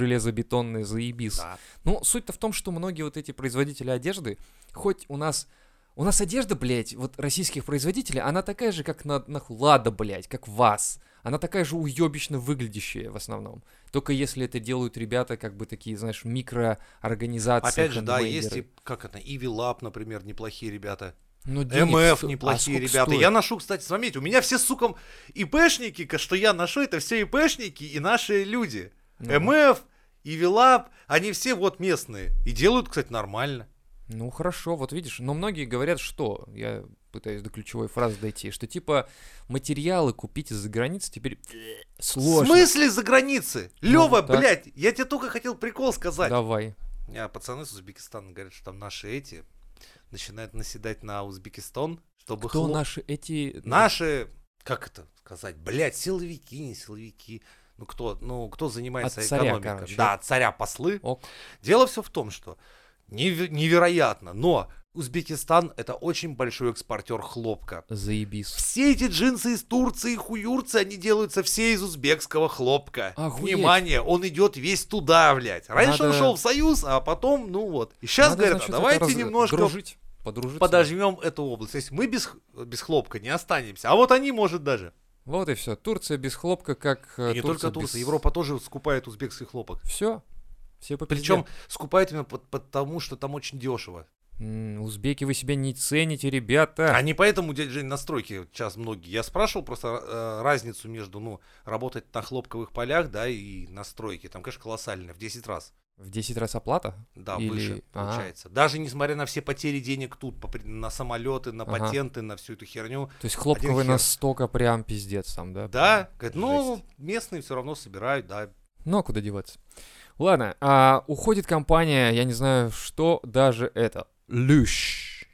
Speaker 1: железобетонные, заебис.
Speaker 2: Да.
Speaker 1: Ну, суть-то в том, что многие вот эти производители одежды, хоть у нас... У нас одежда, блядь, вот российских производителей, она такая же, как на, нахуй, Лада, блядь, как вас. Она такая же уебищно выглядящая в основном. Только если это делают ребята, как бы такие, знаешь, микроорганизации.
Speaker 2: Опять же, да, есть
Speaker 1: хендмейдеры.
Speaker 2: и, как это, Evil Lab, например, неплохие ребята.
Speaker 1: Ну, денег
Speaker 2: МФ
Speaker 1: сто- а
Speaker 2: неплохие
Speaker 1: сколько
Speaker 2: ребята.
Speaker 1: стоит?
Speaker 2: Я ношу, кстати, заметь, у меня все, сукам, ИПшники, ка- что я ношу, это все ИПшники и наши люди.
Speaker 1: Ну.
Speaker 2: МФ, и Вилап, они все вот местные. И делают, кстати, нормально.
Speaker 1: Ну хорошо, вот видишь, но многие говорят, что, я пытаюсь до ключевой фразы дойти, что типа материалы купить из-за границы теперь
Speaker 2: В
Speaker 1: сложно.
Speaker 2: смысле за границы? Лева,
Speaker 1: вот так.
Speaker 2: блядь, я тебе только хотел прикол сказать.
Speaker 1: Давай.
Speaker 2: У меня пацаны с Узбекистана говорят, что там наши эти начинают наседать на Узбекистан, чтобы
Speaker 1: Кто
Speaker 2: хлоп-
Speaker 1: наши эти... ну,
Speaker 2: наши, как это сказать, блядь, силовики, не силовики, ну кто, ну кто занимается
Speaker 1: От царя,
Speaker 2: экономикой,
Speaker 1: короче.
Speaker 2: да, от царя послы.
Speaker 1: Ок.
Speaker 2: Дело все в том, что нев- невероятно, но Узбекистан это очень большой экспортер хлопка.
Speaker 1: Заебись.
Speaker 2: Все эти джинсы из Турции, хуюрцы, они делаются все из узбекского хлопка.
Speaker 1: Охуеть.
Speaker 2: Внимание, он идет весь туда, блядь. Раньше он
Speaker 1: Надо-
Speaker 2: шел в Союз, а потом, ну вот. И сейчас
Speaker 1: Надо,
Speaker 2: говорят,
Speaker 1: значит,
Speaker 2: а
Speaker 1: это
Speaker 2: давайте
Speaker 1: раз-
Speaker 2: немножко
Speaker 1: дружить, подружиться.
Speaker 2: подожмем эту область. То есть мы без, х- без хлопка не останемся. А вот они, может, даже.
Speaker 1: Вот и все. Турция без хлопка, как э,
Speaker 2: И не только Турция, Европа тоже скупает узбекский хлопок.
Speaker 1: Все. Все по пизде.
Speaker 2: Причем скупает именно под- потому, что там очень дешево.
Speaker 1: М, Узбеки, вы себя не цените, ребята.
Speaker 2: Они поэтому, дядя Жень, настройки сейчас многие. Я спрашивал просто э, разницу между, ну, работать на хлопковых полях, да, и настройки. Там, конечно, колоссальная, в 10 раз.
Speaker 1: В 10 раз оплата?
Speaker 2: Да,
Speaker 1: Или- А.
Speaker 2: выше
Speaker 1: ага.
Speaker 2: получается. Даже несмотря на все потери денег тут, по при- на самолеты, на
Speaker 1: Ага.
Speaker 2: патенты, на всю эту херню.
Speaker 1: То есть хлопковый
Speaker 2: хер.
Speaker 1: настолько прям пиздец там, да?
Speaker 2: Да, говорит, ну,
Speaker 1: Жесть.
Speaker 2: местные все равно собирают, да.
Speaker 1: Ну, а куда деваться? Ладно, а, уходит компания, я не знаю, что даже это. Люш.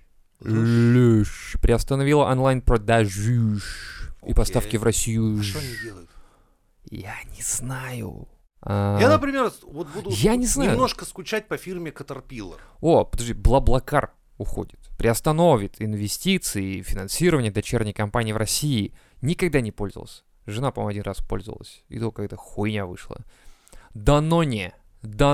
Speaker 1: Люш. Приостановила онлайн-продажу и
Speaker 2: Окей.
Speaker 1: поставки в Россию.
Speaker 2: А что они делают?
Speaker 1: Я не знаю. А,
Speaker 2: Я, например, с- вот буду
Speaker 1: Я не знаю.
Speaker 2: немножко скучать по фирме Caterpillar.
Speaker 1: О, подожди, Блаблакар уходит. Приостановит инвестиции и финансирование дочерней компании в России. Никогда не пользовался. Жена, по-моему, один раз пользовалась. И то какая-то хуйня вышла. Даноне.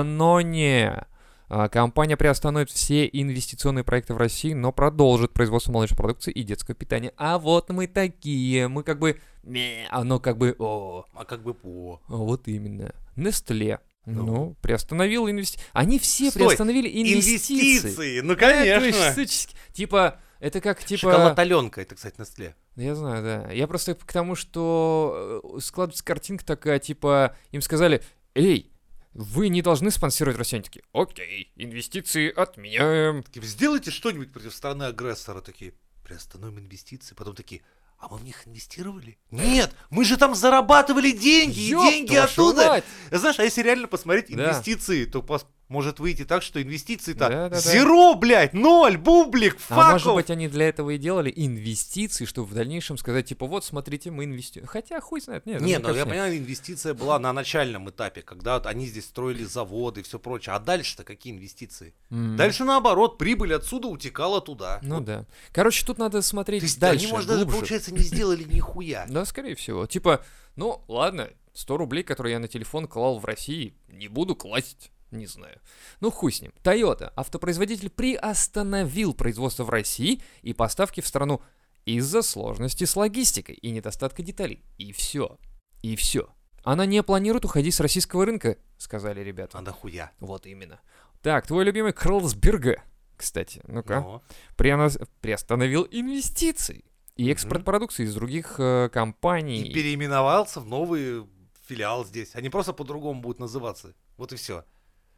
Speaker 1: Даноне. А, Компания приостановит все инвестиционные проекты в России, но продолжит производство молочной продукции и детского питания. А вот мы такие. Мы как бы... мя, Оно как бы... О,
Speaker 2: А как бы по...
Speaker 1: вот именно. Нестле.
Speaker 2: Ну.
Speaker 1: Ну, приостановил инвестиции. Они все
Speaker 2: Стой,
Speaker 1: приостановили инвестиции.
Speaker 2: Ну,
Speaker 1: Да, то есть,
Speaker 2: конечно.
Speaker 1: сучески. Типа, это как, типа...
Speaker 2: Шоколад Аленка, это, кстати, на столе.
Speaker 1: Да Я знаю, да. Я просто к тому, что э, складывается картинка такая, типа, им сказали, эй, вы не должны спонсировать Россию. Они такие, окей, инвестиции отменяем.
Speaker 2: Такие, сделайте что-нибудь против страны агрессора. Такие, приостановим инвестиции. Потом такие, а мы в них инвестировали? Нет, мы же там зарабатывали деньги, и
Speaker 1: Ёб
Speaker 2: деньги
Speaker 1: твою
Speaker 2: оттуда.
Speaker 1: мать!
Speaker 2: Знаешь, а если реально посмотреть
Speaker 1: Да.
Speaker 2: инвестиции, то пос- может выйти так, что инвестиции-то
Speaker 1: Да-да-да.
Speaker 2: зеро, блядь, ноль, бублик,
Speaker 1: А
Speaker 2: факов.
Speaker 1: может быть, они для этого и делали инвестиции, чтобы в дальнейшем сказать, типа, вот, смотрите, мы инвестируем. Хотя, хуй знает, нет.
Speaker 2: Не,
Speaker 1: мне
Speaker 2: ну я
Speaker 1: кажется, нет.
Speaker 2: понимаю, инвестиция была на начальном этапе, когда вот они здесь строили заводы и все прочее. А дальше-то какие инвестиции?
Speaker 1: М.
Speaker 2: Дальше наоборот, прибыль отсюда утекала туда.
Speaker 1: Ну
Speaker 2: Вот.
Speaker 1: да. Короче, тут надо
Speaker 2: То
Speaker 1: смотреть
Speaker 2: есть
Speaker 1: дальше,
Speaker 2: они, может, даже,
Speaker 1: глубже.
Speaker 2: получается, не сделали нихуя.
Speaker 1: Да, скорее всего. Типа, ну, ладно, 100 рублей, которые я на телефон клал в России, не буду класть. Не знаю. Ну, хуй с ним. Toyota, автопроизводитель, приостановил производство в России и поставки в страну из-за сложности с логистикой и недостатка деталей. И все. И все. Она не планирует уходить с российского рынка, сказали ребята.
Speaker 2: А нахуя?
Speaker 1: Вот именно. Так, твой любимый Кролсберга, кстати. Ну-ка
Speaker 2: Но.
Speaker 1: приано- приостановил инвестиции и экспорт
Speaker 2: Мгм.
Speaker 1: продукции из других э, компаний.
Speaker 2: И переименовался в новый филиал здесь. Они просто по-другому будут называться. Вот и все.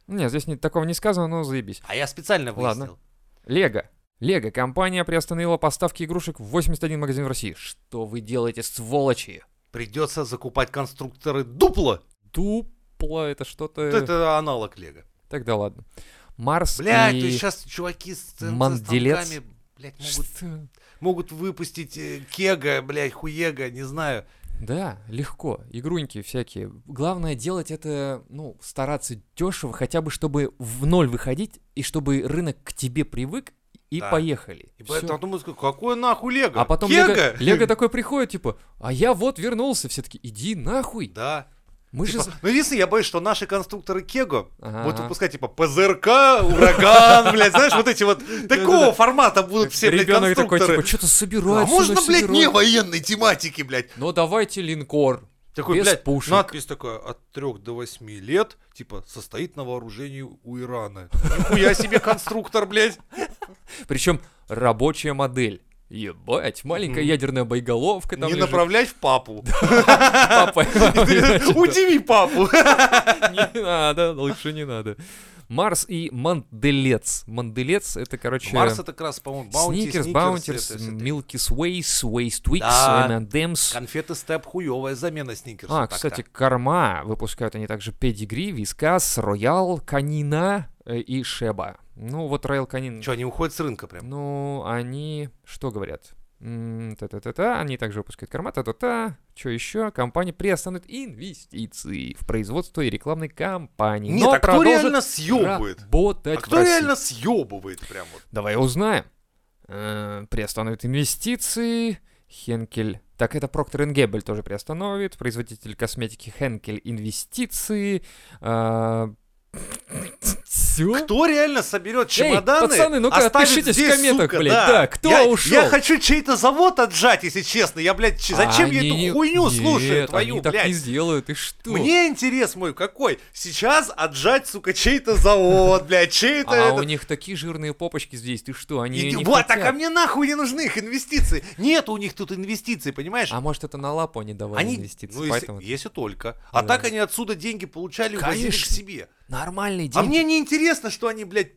Speaker 1: Не, здесь не- такого не сказано, но заебись.
Speaker 2: А я специально
Speaker 1: Ладно.
Speaker 2: выяснил.
Speaker 1: Лего. Лего. Компания приостановила поставки игрушек в 81 магазин в России. Что вы делаете, сволочи?
Speaker 2: Придется закупать конструкторы дупло.
Speaker 1: Дупло, это что-то... э,
Speaker 2: Вот Это аналог Лего.
Speaker 1: Тогда ладно. Марс
Speaker 2: Блять,
Speaker 1: и...
Speaker 2: то есть сейчас чуваки с с
Speaker 1: Манделец.
Speaker 2: станками, блядь, ну могут,
Speaker 1: Что?
Speaker 2: могут выпустить э, кега, блядь, хуега, не знаю.
Speaker 1: Да, легко. Игруньки всякие. Главное делать это, ну, стараться дешево, хотя бы чтобы в ноль выходить, и чтобы рынок к тебе привык, и
Speaker 2: Да.
Speaker 1: поехали.
Speaker 2: И
Speaker 1: Всё.
Speaker 2: поэтому думаю, какой нахуй Лего?
Speaker 1: А потом
Speaker 2: Кега?
Speaker 1: Лего,
Speaker 2: <laughs>
Speaker 1: Лего такой приходит, типа, а я вот вернулся, все таки иди нахуй.
Speaker 2: Да.
Speaker 1: Мы же...
Speaker 2: Типа,
Speaker 1: за-
Speaker 2: Ну, единственное, я боюсь, что наши конструкторы Кего
Speaker 1: Ага.
Speaker 2: будут выпускать, типа, ПЗРК, Ураган, <laughs> блядь, знаешь, вот эти вот, такого формата будут все, блядь,
Speaker 1: Ребенок такой,
Speaker 2: конструкторы.
Speaker 1: типа, что-то
Speaker 2: А
Speaker 1: собирается.
Speaker 2: можно,
Speaker 1: ну,
Speaker 2: блядь, не
Speaker 1: собирается».
Speaker 2: военной тематики, блядь?
Speaker 1: Ну давайте линкор.
Speaker 2: Такой,
Speaker 1: Без
Speaker 2: блядь,
Speaker 1: пушек.
Speaker 2: надпись такая, от 3 до 8 лет, типа, состоит на вооружении у Ирана. Нихуя себе конструктор, блядь.
Speaker 1: Причем рабочая модель. Ебать, маленькая
Speaker 2: Мгм.
Speaker 1: ядерная боеголовка там
Speaker 2: Не
Speaker 1: лежит.
Speaker 2: направляй в папу.
Speaker 1: <laughs>
Speaker 2: <laughs>
Speaker 1: Папа.
Speaker 2: Удиви папу.
Speaker 1: Не надо, лучше не надо. Марс и Манделец. Манделец это, короче...
Speaker 2: Марс это как раз, по-моему, баунти,
Speaker 1: Сникерс,
Speaker 2: Сникерс,
Speaker 1: Баунтерс,
Speaker 2: это всё это.
Speaker 1: Milky Ways, Waste Twix,
Speaker 2: Да.
Speaker 1: M&M's.
Speaker 2: Конфеты степ хуевая замена сникерса.
Speaker 1: А,
Speaker 2: так-то.
Speaker 1: кстати, корма. Выпускают они также Педигри, Вискас, Роял, Канина э, и Шеба. Ну, вот Роял Канин.
Speaker 2: Чё, они уходят с рынка прям?
Speaker 1: Ну, они что говорят? М, Та-та-та-та, они также выпускают корма, та-та-та. Что еще? Компания приостановит инвестиции в производство и рекламной кампании.
Speaker 2: Нет,
Speaker 1: но
Speaker 2: а кто
Speaker 1: продолжит
Speaker 2: реально съебывает?
Speaker 1: работать
Speaker 2: А
Speaker 1: в
Speaker 2: кто
Speaker 1: России.
Speaker 2: реально съебывает прям вот?
Speaker 1: Давай узнаем. Э, Приостановит инвестиции. Хенкель. Так это Проктор Геббель тоже приостановит. Производитель косметики Хенкель инвестиции. Э, Все.
Speaker 2: Кто реально соберет чемоданы?
Speaker 1: Ну. пацаны, ну-ка,
Speaker 2: оставит
Speaker 1: отпишитесь в
Speaker 2: здесь,
Speaker 1: комментах,
Speaker 2: сука,
Speaker 1: блядь,
Speaker 2: да.
Speaker 1: да, кто
Speaker 2: я,
Speaker 1: ушел?
Speaker 2: Я хочу чей-то завод отжать, если честно. Я, блядь, ч- зачем я эту хуйню слушаю твою,
Speaker 1: они так не
Speaker 2: блядь?
Speaker 1: сделают, и что?
Speaker 2: Мне интерес мой какой? Сейчас отжать, сука, чей-то завод, блядь, чей-то
Speaker 1: а у
Speaker 2: этот...
Speaker 1: них такие жирные попочки здесь, ты что, они
Speaker 2: Иди-
Speaker 1: не
Speaker 2: вот, так а
Speaker 1: хотят.
Speaker 2: мне нахуй не нужны их инвестиции. Нет у них тут инвестиций, понимаешь?
Speaker 1: А может это на лапу они давали
Speaker 2: Они,
Speaker 1: инвестиции,
Speaker 2: ну, если,
Speaker 1: поэтому...
Speaker 2: если только. А
Speaker 1: Да.
Speaker 2: так они отсюда деньги получали и возили к
Speaker 1: Конечно.
Speaker 2: себе.
Speaker 1: Нормальные
Speaker 2: А
Speaker 1: деньги.
Speaker 2: мне не интересно, что они, блядь...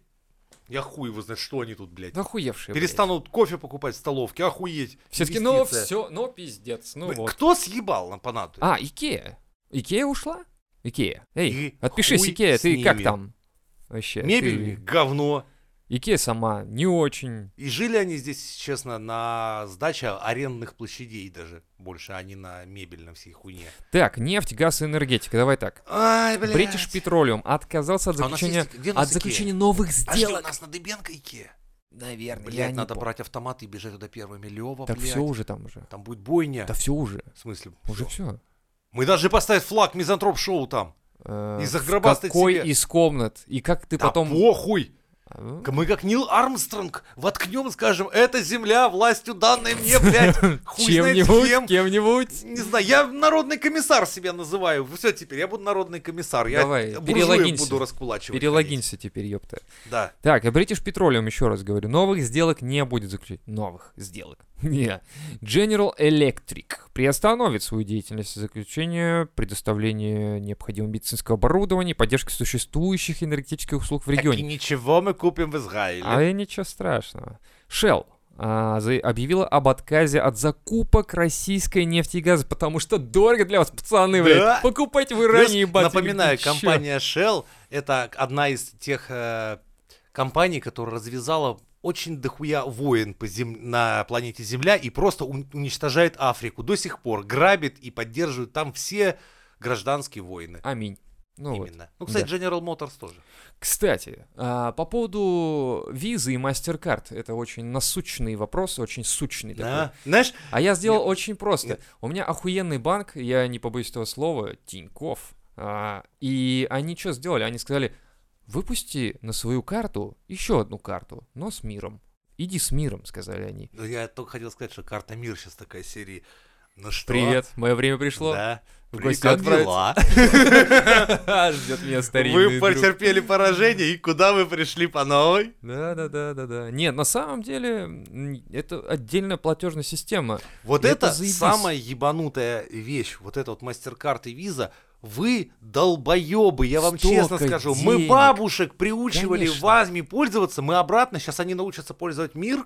Speaker 2: Я хуй его знает, что они тут, блядь.
Speaker 1: Да охуевшие, Ну, блядь.
Speaker 2: Перестанут кофе покупать в столовке, охуеть.
Speaker 1: Все таки ну
Speaker 2: инвестиция.
Speaker 1: все, ну пиздец, ну
Speaker 2: Блин,
Speaker 1: вот.
Speaker 2: Кто съебал на понадобится?
Speaker 1: А, Икея. Икея ушла? Икея. Эй,
Speaker 2: И
Speaker 1: отпишись,
Speaker 2: хуй
Speaker 1: Икея,
Speaker 2: с
Speaker 1: ты как
Speaker 2: ними.
Speaker 1: там? Вообще,
Speaker 2: Мебель
Speaker 1: ты-
Speaker 2: говно.
Speaker 1: Икея сама не очень.
Speaker 2: И жили они здесь, честно, на сдаче арендных площадей даже больше, а не на мебельном всей хуйне.
Speaker 1: Так, нефть, газ и энергетика, давай так.
Speaker 2: Ай, блядь.
Speaker 1: British Petroleum отказался от
Speaker 2: А у нас
Speaker 1: заключения,
Speaker 2: есть- где у нас
Speaker 1: от
Speaker 2: Икея?
Speaker 1: заключения новых
Speaker 2: Подожди, А у
Speaker 1: сделок.
Speaker 2: нас на Дыбенко Икея?
Speaker 1: Наверное, я
Speaker 2: Блядь,
Speaker 1: не
Speaker 2: надо
Speaker 1: помню.
Speaker 2: брать автомат и бежать туда первыми. Лева,
Speaker 1: Так
Speaker 2: блядь.
Speaker 1: все уже там уже.
Speaker 2: Там будет бойня.
Speaker 1: Да все уже.
Speaker 2: В смысле?
Speaker 1: Уже
Speaker 2: всё.
Speaker 1: все.
Speaker 2: Мы должны поставить флаг мизантроп-шоу там. И загробастать
Speaker 1: Э, Какой
Speaker 2: себе.
Speaker 1: из комнат? И как ты
Speaker 2: Да
Speaker 1: потом...
Speaker 2: похуй!
Speaker 1: А,
Speaker 2: Мы как Нил Армстронг воткнем, скажем, это земля властью данной
Speaker 1: <laughs>
Speaker 2: мне, блядь, хуй знает
Speaker 1: Чем-нибудь,
Speaker 2: кем.
Speaker 1: кем-нибудь.
Speaker 2: Не знаю, я народный комиссар себя называю. Все, теперь я буду народный комиссар. Я
Speaker 1: Давай,
Speaker 2: буржуев
Speaker 1: перелогинься.
Speaker 2: буду раскулачивать.
Speaker 1: Перелогинься теперь, ёпта.
Speaker 2: ходить. Да.
Speaker 1: Так, а British Petroleum, еще раз говорю, новых сделок не будет заключать. Новых сделок. <laughs> Не. General Electric приостановит свою деятельность заключение предоставления необходимого медицинского оборудования и поддержки существующих энергетических услуг в
Speaker 2: Так и
Speaker 1: регионе.
Speaker 2: ничего мы купим в Израиле.
Speaker 1: А и ничего страшного. Shell а, за- объявила об отказе от закупок российской нефти и газа, потому что дорого для вас, пацаны,
Speaker 2: Да.
Speaker 1: блядь. Покупайте в Иране,
Speaker 2: Плюс,
Speaker 1: ебать.
Speaker 2: напоминаю,
Speaker 1: или чё?
Speaker 2: компания Shell это одна из тех э, компаний, которая развязала очень дохуя воин по зем- на планете Земля и просто ун- уничтожает Африку до сих пор, грабит и поддерживает там все гражданские войны.
Speaker 1: Аминь. Ну вот.
Speaker 2: Именно. Ну, кстати,
Speaker 1: Да.
Speaker 2: General Motors тоже.
Speaker 1: Кстати, а, по поводу визы и MasterCard. Это очень насущные вопросы, очень сучный такой.
Speaker 2: Да. Знаешь,
Speaker 1: А я сделал
Speaker 2: Нет.
Speaker 1: очень просто.
Speaker 2: Нет.
Speaker 1: У меня охуенный банк, я не побоюсь этого слова, Тиньков. А, и они что сделали? Они сказали, выпусти на свою карту еще одну карту, но с миром. Иди с миром, сказали они.
Speaker 2: ну, я только хотел сказать, что карта мир сейчас такая серии. Ну что?
Speaker 1: Привет, мое время пришло.
Speaker 2: Да.
Speaker 1: В
Speaker 2: При-
Speaker 1: гости
Speaker 2: как
Speaker 1: отправить.
Speaker 2: дела?
Speaker 1: <laughs>
Speaker 2: <laughs>
Speaker 1: Ждет меня старинный
Speaker 2: Вы
Speaker 1: друг.
Speaker 2: потерпели поражение, и куда вы пришли по новой?
Speaker 1: Да, да, да, да, да. Нет, на самом деле м, это отдельная платежная система.
Speaker 2: Вот
Speaker 1: Это
Speaker 2: это,
Speaker 1: заебись.
Speaker 2: самая ебанутая вещь, вот это вот мастер-карт и виза. Вы долбоебы, я вам
Speaker 1: Столько
Speaker 2: честно скажу.
Speaker 1: денег.
Speaker 2: Мы бабушек приучивали
Speaker 1: Конечно.
Speaker 2: вами пользоваться, мы обратно, сейчас они научатся пользовать мир,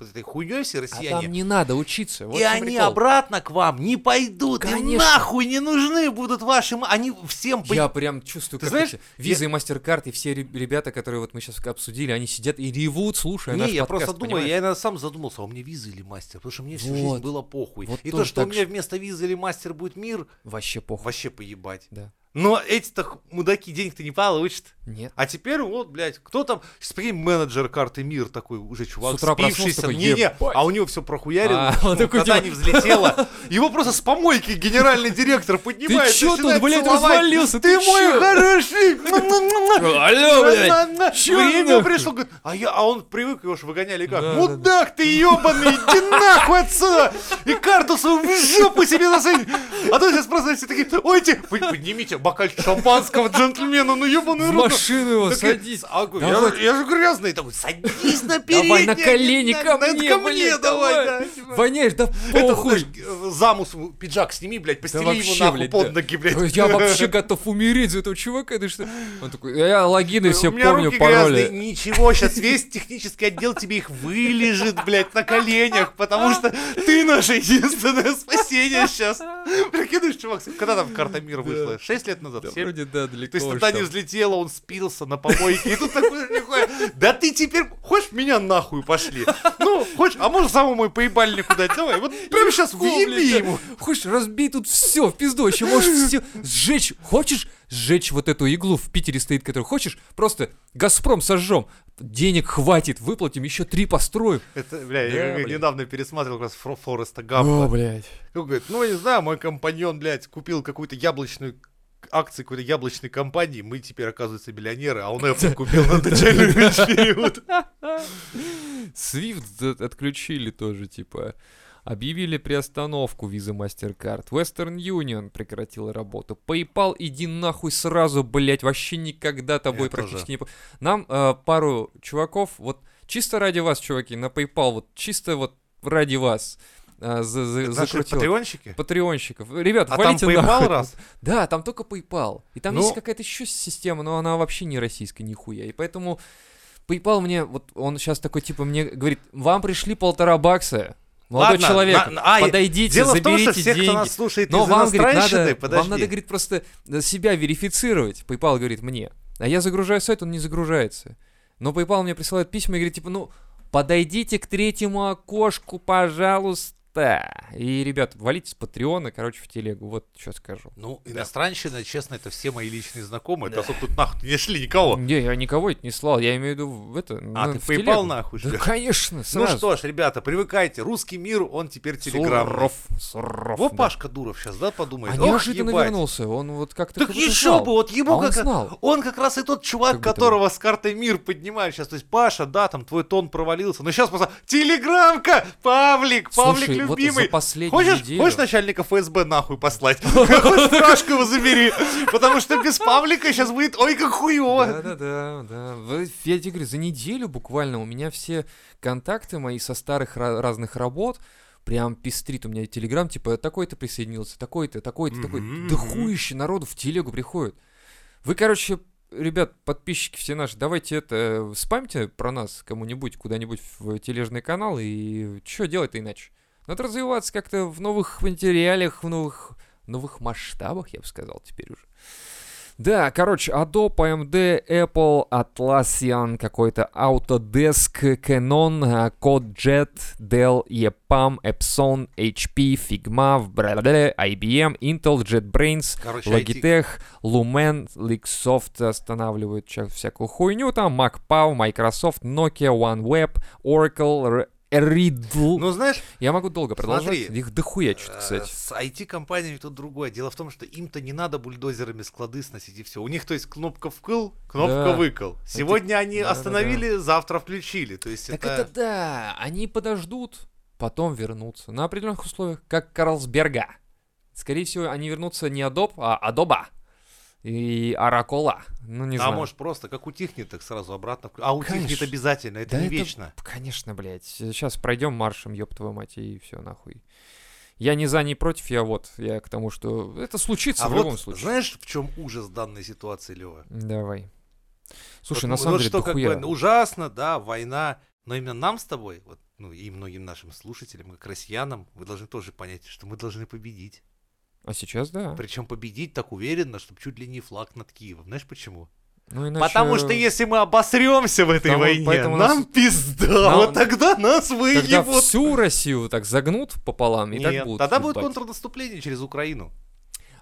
Speaker 2: вот этой хуйней все
Speaker 1: А там
Speaker 2: россияне.
Speaker 1: не надо учиться. Вот
Speaker 2: и
Speaker 1: в чем
Speaker 2: они
Speaker 1: прикол.
Speaker 2: обратно к вам не пойдут, им
Speaker 1: Конечно.
Speaker 2: нахуй не нужны будут ваши, м- они всем... по-
Speaker 1: Я прям чувствую,
Speaker 2: Ты
Speaker 1: как
Speaker 2: знаешь,
Speaker 1: эти визы и мастер-карт, и все реб- ребята, которые вот мы сейчас обсудили, они сидят и ревут, слушая
Speaker 2: Не,
Speaker 1: наш
Speaker 2: я
Speaker 1: подкаст,
Speaker 2: просто думаю,
Speaker 1: понимаешь?
Speaker 2: я иногда сам задумался, а у меня виза или мастер, потому что мне всю
Speaker 1: Вот.
Speaker 2: жизнь было похуй.
Speaker 1: Вот
Speaker 2: и то,
Speaker 1: тоже
Speaker 2: что у
Speaker 1: так
Speaker 2: меня
Speaker 1: же.
Speaker 2: вместо визы или мастер будет мир,
Speaker 1: Вообще похуй.
Speaker 2: вообще поебать.
Speaker 1: Да.
Speaker 2: Но эти-то х- мудаки денег-то не получат.
Speaker 1: Нет.
Speaker 2: А теперь вот, блядь, кто там, Сейчас, прикинь, менеджер карты МИР такой уже чувак,
Speaker 1: утра проснулся
Speaker 2: спившийся,
Speaker 1: такой,
Speaker 2: не, не,
Speaker 1: «Ебать».
Speaker 2: а у него все прохуярено,
Speaker 1: А, он
Speaker 2: ну,
Speaker 1: такой,
Speaker 2: когда
Speaker 1: типа, <laughs>
Speaker 2: не взлетело, его просто с помойки генеральный директор поднимает,
Speaker 1: чё тут,
Speaker 2: начинает
Speaker 1: блядь,
Speaker 2: целовать.
Speaker 1: развалился?
Speaker 2: Ты
Speaker 1: Ты <laughs>
Speaker 2: мой
Speaker 1: чё?»
Speaker 2: хороший,
Speaker 1: Алло, блядь. чё
Speaker 2: Время
Speaker 1: нахуй?
Speaker 2: пришло, говорит, а, я, а он привык, его ж выгоняли как.
Speaker 1: Да, да,
Speaker 2: Мудак ты ебаный, иди нахуй отсюда! И карту свою в жопу себе засунь! А то сейчас просто все такие, ойте, вы поднимите бокальчик шампанского джентльмена, ну ебаный
Speaker 1: В
Speaker 2: рот.
Speaker 1: машину его
Speaker 2: Так я-
Speaker 1: садись.
Speaker 2: а, говорю,
Speaker 1: Давай.
Speaker 2: я, же- я же грязный такой, садись на переднее.
Speaker 1: <laughs> Давай на колени
Speaker 2: не
Speaker 1: ко
Speaker 2: надо,
Speaker 1: мне,
Speaker 2: ко мне
Speaker 1: блядь,
Speaker 2: давай.
Speaker 1: давай.
Speaker 2: да, типа.
Speaker 1: Воняешь, да
Speaker 2: Это,
Speaker 1: похуй.
Speaker 2: знаешь, э, замус м, пиджак сними, блядь,
Speaker 1: Да
Speaker 2: постели его
Speaker 1: вообще,
Speaker 2: нахуй
Speaker 1: блядь,
Speaker 2: под
Speaker 1: да.
Speaker 2: ноги, блядь.
Speaker 1: Я вообще
Speaker 2: <laughs>
Speaker 1: готов умереть за этого чувака, ты что? Он такой, «Э, я логины все
Speaker 2: У меня
Speaker 1: помню,
Speaker 2: руки
Speaker 1: пароли.
Speaker 2: грязные. Ничего, сейчас весь технический отдел тебе их вылежит, блядь, на коленях, потому что ты наше единственное спасение сейчас. Прикидываешь, чувак, когда там карта мира вышла? Шесть лет назад?
Speaker 1: Да,
Speaker 2: Семь?
Speaker 1: Вроде да, далеко.
Speaker 2: То есть
Speaker 1: уж
Speaker 2: тогда не
Speaker 1: там.
Speaker 2: взлетело, он спился на помойке. И тут такой же лихой, да ты теперь хочешь меня нахуй пошли? Ну, хочешь, а можешь самому мой поебальник куда-то? Давай, вот прямо сейчас
Speaker 1: Легко, блядь,
Speaker 2: въеби
Speaker 1: да.
Speaker 2: ему.
Speaker 1: Хочешь, разбей тут все в пизду, еще можешь все сжечь. Хочешь сжечь вот эту иглу в Питере стоит, которую хочешь? Просто Газпром сожжем. Денег хватит, выплатим, еще три построим.
Speaker 2: Это, бля,
Speaker 1: Да,
Speaker 2: я как
Speaker 1: блин.
Speaker 2: недавно пересматривал как раз Фор- Фореста
Speaker 1: О,
Speaker 2: Гампа.
Speaker 1: блядь.
Speaker 2: Он говорит, ну, не знаю, мой компаньон, блядь, купил какую-то яблочную к- акции какой-то яблочной компании, мы теперь, оказывается, миллионеры, а он Apple купил
Speaker 1: <laughs>
Speaker 2: на начальный период.
Speaker 1: Свифт отключили тоже, типа. Объявили приостановку визы MasterCard. Western Union прекратила работу. PayPal иди нахуй сразу, блять, вообще никогда тобой
Speaker 2: Я тоже.
Speaker 1: практически не... по- Нам э, пару чуваков, вот чисто ради вас, чуваки, на PayPal, вот чисто вот ради вас э, за- за-
Speaker 2: Наши
Speaker 1: закрутила.
Speaker 2: патреонщики?
Speaker 1: Патреонщиков. Ребят,
Speaker 2: А там
Speaker 1: валите
Speaker 2: PayPal
Speaker 1: нахуй.
Speaker 2: раз?
Speaker 1: Да, там только PayPal. И там
Speaker 2: Ну-
Speaker 1: есть какая-то еще система, но она вообще не российская, нихуя. И поэтому PayPal мне, вот он сейчас такой, типа, мне говорит, вам пришли полтора бакса, молодой
Speaker 2: Ладно,
Speaker 1: человек,
Speaker 2: на- на- а,
Speaker 1: подойдите,
Speaker 2: Дело в том,
Speaker 1: заберите
Speaker 2: что все,
Speaker 1: деньги.
Speaker 2: кто нас слушает
Speaker 1: но
Speaker 2: из
Speaker 1: вам, говорит,
Speaker 2: иностранщины,
Speaker 1: надо, вам надо,
Speaker 2: подожди.
Speaker 1: говорит, просто э, себя верифицировать. PayPal говорит мне. А я загружаю сайт, он не загружается. Но PayPal мне присылает письма и говорит, типа, ну, подойдите к третьему окошку, пожалуйста. И, ребят, валите с Патреона, короче, в телегу. Вот что скажу.
Speaker 2: Ну, иностранщина, честно, это все мои личные знакомые, это особо тут нахуй не шли никого.
Speaker 1: Не, я никого это не слал, я имею в виду в это.
Speaker 2: А,
Speaker 1: ну,
Speaker 2: ты
Speaker 1: в
Speaker 2: PayPal
Speaker 1: телегу.
Speaker 2: нахуй
Speaker 1: Да,
Speaker 2: шлёшь?
Speaker 1: конечно,
Speaker 2: Ну
Speaker 1: сразу.
Speaker 2: что ж, ребята, привыкайте, русский мир, он теперь телеграм.
Speaker 1: Суров, суров,
Speaker 2: Во
Speaker 1: да.
Speaker 2: Пашка Дуров сейчас, да, подумает?
Speaker 1: А
Speaker 2: Ох,
Speaker 1: неожиданно
Speaker 2: ебать.
Speaker 1: вернулся, он вот как-то...
Speaker 2: Так
Speaker 1: как будто
Speaker 2: еще
Speaker 1: знал.
Speaker 2: бы, вот
Speaker 1: А
Speaker 2: ему
Speaker 1: он
Speaker 2: как
Speaker 1: знал.
Speaker 2: Он как раз и тот чувак,
Speaker 1: Как бы
Speaker 2: которого с картой мир поднимаешь сейчас. То есть, Паша, да, там твой тон провалился. Но сейчас просто телеграмка! Павлик! Павлик
Speaker 1: Слушай, вот
Speaker 2: любимый!
Speaker 1: за последнюю
Speaker 2: Хочешь,
Speaker 1: неделю-
Speaker 2: хочешь начальника ФСБ нахуй
Speaker 1: <laughs>
Speaker 2: послать? Хочешь, Пашку его забери. Потому что без Павлика сейчас будет ой, как хуево.
Speaker 1: Да-да-да, да. Вы- Я тебе говорю, за неделю буквально у меня все контакты мои со старых ра- разных работ прям пестрит. У меня телеграм, типа, такой-то присоединился, такой-то, такой-то, такой.
Speaker 2: Мгм,
Speaker 1: Да
Speaker 2: мгм.
Speaker 1: хуище народу в телегу приходит. Вы, короче, ребят, подписчики все наши, давайте это, э, спамьте про нас кому-нибудь, куда-нибудь в тележный канал, и что делать-то иначе? Надо развиваться как-то в новых материалах, в новых, новых масштабах, я бы сказал, теперь уже. Да, короче, Adobe, AMD, Apple, Atlassian, какой-то Autodesk, Canon, э, CodeJet, Dell, E EPAM, Epson, HP, Figma, бра-бра-бра, IBM, Intel, JetBrains,
Speaker 2: Короче, IT.
Speaker 1: Logitech, Lumen, Lixoft останавливают ча- всякую хуйню, там MacPow, Microsoft, Nokia, OneWeb, Oracle, Р- Riddle.
Speaker 2: Ну, знаешь,
Speaker 1: Я могу долго продолжать,
Speaker 2: смотри,
Speaker 1: их дохуя что-то,
Speaker 2: э,
Speaker 1: кстати.
Speaker 2: с IT-компаниями тут другое. Дело в том, что им-то не надо бульдозерами склады сносить и все. У них, то есть, кнопка вкл, кнопка
Speaker 1: Да.
Speaker 2: выкл. Сегодня они
Speaker 1: да-да-да.
Speaker 2: остановили, завтра включили. То есть
Speaker 1: Так это да, они подождут, потом вернутся. На определенных условиях, как Карлсберга. Скорее всего, они вернутся не Adobe, а Адоба и Оракола. Ну, не
Speaker 2: а
Speaker 1: знаю.
Speaker 2: может просто как утихнет, так сразу обратно. вк- А утихнет
Speaker 1: Конечно.
Speaker 2: обязательно, это
Speaker 1: Да
Speaker 2: не вечно.
Speaker 1: Конечно, блядь. Сейчас пройдем маршем, ёб твою мать, и все нахуй. Я не за, не против, я вот. Я к тому, что это случится
Speaker 2: А
Speaker 1: в
Speaker 2: вот
Speaker 1: любом случае.
Speaker 2: знаешь, в чем ужас данной ситуации, Лева?
Speaker 1: Давай. Слушай, на
Speaker 2: Вот, ну,
Speaker 1: самом
Speaker 2: вот
Speaker 1: деле,
Speaker 2: что как
Speaker 1: дохуя.
Speaker 2: бы ужасно, да, война, но именно нам с тобой, вот, ну и многим нашим слушателям, как россиянам, вы должны тоже понять, что мы должны победить.
Speaker 1: А сейчас да.
Speaker 2: Причем победить так уверенно, чтобы чуть ли не флаг над Киевом. Знаешь почему?
Speaker 1: Ну, иначе...
Speaker 2: Потому что если мы обосремся в этой
Speaker 1: Там вот
Speaker 2: войне,
Speaker 1: поэтому
Speaker 2: нам
Speaker 1: нас-
Speaker 2: пизда.
Speaker 1: Нам-
Speaker 2: Вот тогда нас
Speaker 1: Тогда
Speaker 2: выебут.
Speaker 1: всю Россию так загнут пополам и так А.
Speaker 2: Нет,
Speaker 1: будут.
Speaker 2: тогда будет
Speaker 1: ебать.
Speaker 2: контрнаступление через Украину.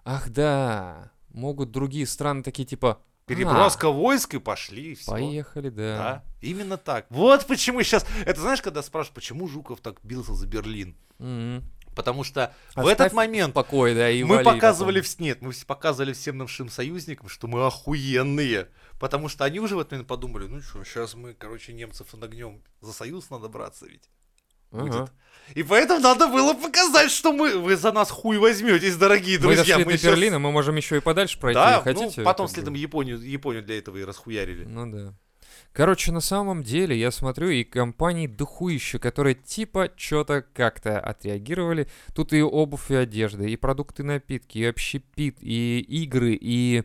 Speaker 1: Ах да, могут другие страны такие типа... «А,
Speaker 2: Переброска войск и пошли, и все.
Speaker 1: поехали, да.
Speaker 2: Да, именно так. Вот почему сейчас... Это знаешь, когда спрашивают, почему Жуков так бился за Берлин?
Speaker 1: Мгм.
Speaker 2: потому что в
Speaker 1: М-м. Оставь
Speaker 2: этот момент
Speaker 1: Покой, да, и
Speaker 2: мы
Speaker 1: вали потом.
Speaker 2: показывали, вс- нет, мы вс- показывали всем нашим союзникам, что мы охуенные. Потому что они уже в этот момент подумали, ну что, сейчас мы, короче, немцев нагнем. За союз надо браться ведь.
Speaker 1: Ага.
Speaker 2: будет. И поэтому надо было показать, что мы... Вы за нас хуй возьметесь, дорогие
Speaker 1: Мы
Speaker 2: друзья.
Speaker 1: дошли до
Speaker 2: щас-
Speaker 1: Берлина, мы можем еще и подальше пройти.
Speaker 2: Да,
Speaker 1: Хотите?
Speaker 2: ну, потом
Speaker 1: как бы?
Speaker 2: следом Японию, Японию для этого и расхуярили.
Speaker 1: Ну да. Короче, на самом деле, я смотрю, и компании дохуище, которые типа что-то как-то отреагировали. Тут и обувь, и одежда, и продукты, и напитки, и общепит, и игры, и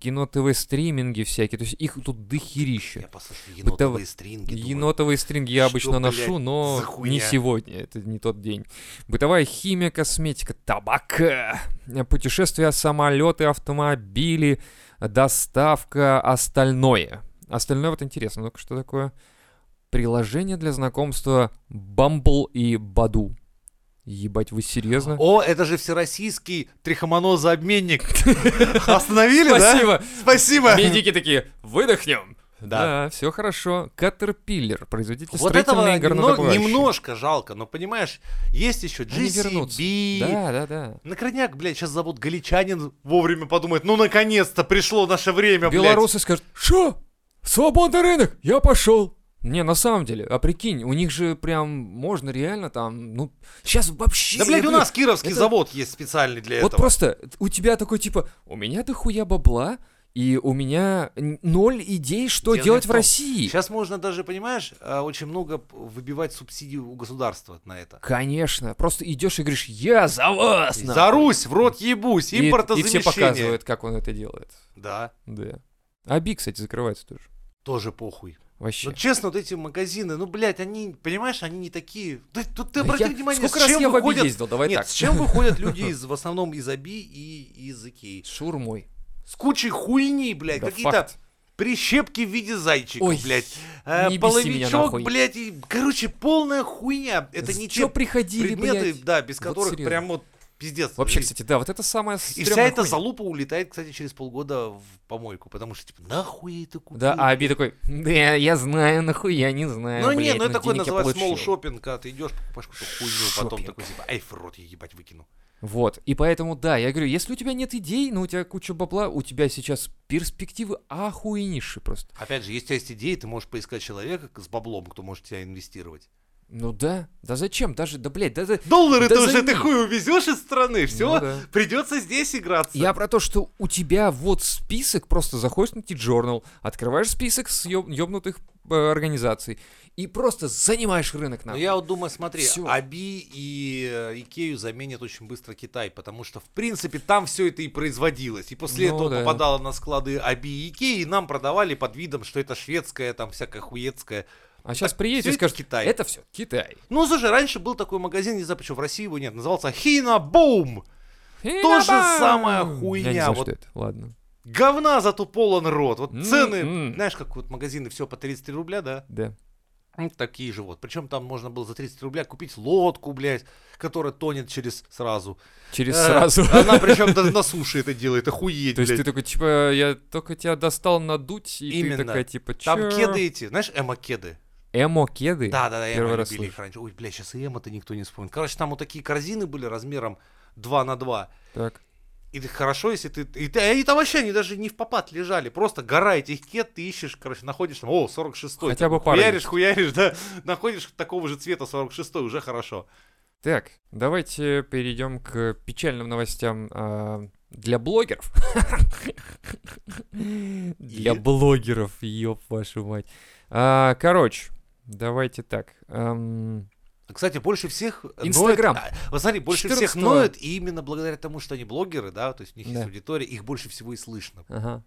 Speaker 1: кино, ТВ-стриминги всякие. То есть их тут
Speaker 2: Я
Speaker 1: дохерища.
Speaker 2: послушал енотовые стринги. думаю,
Speaker 1: Енотовые стринги я
Speaker 2: что,
Speaker 1: обычно ношу,
Speaker 2: блядь,
Speaker 1: но
Speaker 2: за хуйня?
Speaker 1: не сегодня, это не тот день. Бытовая химия, косметика, табак, э, путешествия, самолеты, автомобили, доставка, остальное. Остальное вот интересно, ну-ка что такое? Приложение для знакомства Bumble и Баду. Ебать, вы серьезно?
Speaker 2: О, это же всероссийский
Speaker 1: <laughs>
Speaker 2: трихомонозообменник. Остановили, <laughs> да?
Speaker 1: Спасибо!
Speaker 2: Спасибо.
Speaker 1: Медики такие, выдохнем!
Speaker 2: Да.
Speaker 1: Да, все хорошо. Катерпиллер, производитель
Speaker 2: Вот этого
Speaker 1: строительной игр
Speaker 2: немно-
Speaker 1: на
Speaker 2: немножко жалко, но понимаешь, есть еще
Speaker 1: Они вернутся.
Speaker 2: GCB.
Speaker 1: Да, да, да.
Speaker 2: Накрыняк, блядь, сейчас зовут Галичанин вовремя подумает, ну наконец-то пришло наше время, блядь.
Speaker 1: Белорусы скажут, что? Свободный рынок, я пошел. Не, на самом деле, а прикинь, у них же прям можно реально там, ну, сейчас вообще...
Speaker 2: Да, блядь, у
Speaker 1: блин,
Speaker 2: нас Кировский
Speaker 1: это-
Speaker 2: завод есть специальный для
Speaker 1: Вот
Speaker 2: этого.
Speaker 1: просто у тебя такой типа, у меня дохуя бабла, и у меня н- ноль идей, что
Speaker 2: Дело не
Speaker 1: делать
Speaker 2: в
Speaker 1: в,
Speaker 2: том.
Speaker 1: России.
Speaker 2: Сейчас можно даже, понимаешь, а, очень много п- выбивать субсидию у государства на это.
Speaker 1: Конечно, просто идешь и говоришь, я за вас! нахуй».
Speaker 2: За Русь, в рот ебусь,
Speaker 1: И- и, все
Speaker 2: импортозамещение.
Speaker 1: показывают, как он это делает.
Speaker 2: Да,
Speaker 1: Да. А Би, кстати, закрывается тоже.
Speaker 2: тоже похуй.
Speaker 1: Вообще.
Speaker 2: Ну, честно, вот эти магазины, ну, блядь, они, понимаешь, они не такие... Да Тут
Speaker 1: Да
Speaker 2: ты обрати
Speaker 1: я-
Speaker 2: внимание,
Speaker 1: Сколько
Speaker 2: с
Speaker 1: раз
Speaker 2: чем
Speaker 1: я в Аби
Speaker 2: выходят...
Speaker 1: ездил, давай
Speaker 2: Нет,
Speaker 1: так.
Speaker 2: с
Speaker 1: <laughs>
Speaker 2: чем выходят люди из, в основном из Аби и из Икеи?
Speaker 1: С шурмой.
Speaker 2: С кучей хуйни, блядь,
Speaker 1: Да,
Speaker 2: какие-то
Speaker 1: факт.
Speaker 2: прищепки в виде зайчиков,
Speaker 1: Ой,
Speaker 2: блядь, э,
Speaker 1: не беси меня
Speaker 2: половичок,
Speaker 1: нахуй.
Speaker 2: блядь, и, короче, полная хуйня. Это не
Speaker 1: Чё
Speaker 2: те
Speaker 1: приходили,
Speaker 2: предметы,
Speaker 1: блядь?
Speaker 2: да, без
Speaker 1: Вот
Speaker 2: которых
Speaker 1: серьёзно.
Speaker 2: прям вот пиздец.
Speaker 1: Вообще,
Speaker 2: жизнь.
Speaker 1: кстати, да, вот это самое
Speaker 2: И вся
Speaker 1: стрёмная
Speaker 2: эта
Speaker 1: хуйня.
Speaker 2: залупа улетает, кстати, через полгода в помойку, потому что, типа, нахуй я это купил?
Speaker 1: Да, а Аби такой, да я знаю, нахуя, не знаю,
Speaker 2: Ну
Speaker 1: блядь,
Speaker 2: не, ну это такой
Speaker 1: денег я
Speaker 2: называется small
Speaker 1: получил».
Speaker 2: shopping, когда ты идешь, покупаешь какую-то хуйню, потом
Speaker 1: Шопинг.
Speaker 2: такой типа, ай, в рот я ебать выкину.
Speaker 1: Вот, и поэтому, да, я говорю, если у тебя нет идей, но у тебя куча бабла, у тебя сейчас перспективы охуенейшие просто.
Speaker 2: Опять же, если у тебя есть идеи, ты можешь поискать человека с баблом, кто может в тебя инвестировать.
Speaker 1: Ну да, да зачем, даже, да блядь, да... да-
Speaker 2: Доллары
Speaker 1: Да
Speaker 2: ты уже
Speaker 1: займи.
Speaker 2: ты хуй увезешь из страны, все,
Speaker 1: Ну да.
Speaker 2: придется здесь играться.
Speaker 1: Я про то, что у тебя вот список, просто заходишь на T-Journal, открываешь список с ёб- ёбнутых э, организаций и просто занимаешь рынок
Speaker 2: Но
Speaker 1: на.
Speaker 2: Ну, я вот думаю, смотри,
Speaker 1: Всё.
Speaker 2: Аби и э, Икею заменят очень быстро Китай, потому что, в принципе, там все это и производилось. И после
Speaker 1: Ну
Speaker 2: этого
Speaker 1: да.
Speaker 2: попадало на склады Аби и Икеи, и нам продавали под видом, что это шведская, там всякая хуецкая.
Speaker 1: А сейчас
Speaker 2: Так,
Speaker 1: приедешь
Speaker 2: всё
Speaker 1: и
Speaker 2: это
Speaker 1: скажешь,
Speaker 2: Китай.
Speaker 1: это все Китай.
Speaker 2: Ну, слушай, раньше был такой магазин, не знаю, почему в России его нет, назывался Хина Бум.
Speaker 1: И
Speaker 2: То же
Speaker 1: давай!
Speaker 2: самая
Speaker 1: Я не
Speaker 2: хуйня,
Speaker 1: знаю,
Speaker 2: вот
Speaker 1: что это. Ладно.
Speaker 2: Говна зато полон рот. Вот
Speaker 1: М,
Speaker 2: цены,
Speaker 1: м.
Speaker 2: знаешь, как вот магазины все по 33 рубля, да?
Speaker 1: Да.
Speaker 2: Ну, Такие же вот. Причем там можно было за 30 рубля купить лодку, блядь, которая тонет через сразу.
Speaker 1: Через
Speaker 2: Э,
Speaker 1: сразу. <laughs>
Speaker 2: Она причем даже на суше это делает, охуеть,
Speaker 1: То есть ты
Speaker 2: блядь.
Speaker 1: такой, типа, я только тебя достал надуть, и
Speaker 2: Именно.
Speaker 1: ты такая, типа, чё?
Speaker 2: Там кеды эти, знаешь, эмо-кеды?
Speaker 1: Эмо-кеды?
Speaker 2: Да, да, да, эмо
Speaker 1: Первый раз
Speaker 2: любили их
Speaker 1: слышу.
Speaker 2: раньше. Ой, блядь, сейчас и эмо-то никто не вспомнит. Короче, там вот такие корзины были размером 2 на 2.
Speaker 1: Так.
Speaker 2: И ты- хорошо, если ты... И, ты- и там вообще они даже не в попад лежали. Просто гора этих кет, ты ищешь, короче, находишь там, о, 46-й.
Speaker 1: Хотя бы пара.
Speaker 2: Хуяришь,
Speaker 1: есть.
Speaker 2: хуяришь, да. Находишь такого же цвета 46-й, уже хорошо.
Speaker 1: Так, давайте перейдем к печальным новостям а, для блогеров. Для
Speaker 2: И-
Speaker 1: блогеров, ёб вашу мать. А, Короче, давайте так. Эм,
Speaker 2: Кстати, больше всех ноют-
Speaker 1: Инстаграм.
Speaker 2: а, Вот смотри, больше всех
Speaker 1: 14-го.
Speaker 2: ноют, и именно благодаря тому, что они блогеры, да, то есть у них есть
Speaker 1: Да.
Speaker 2: аудитория, их больше всего и слышно.
Speaker 1: Ага.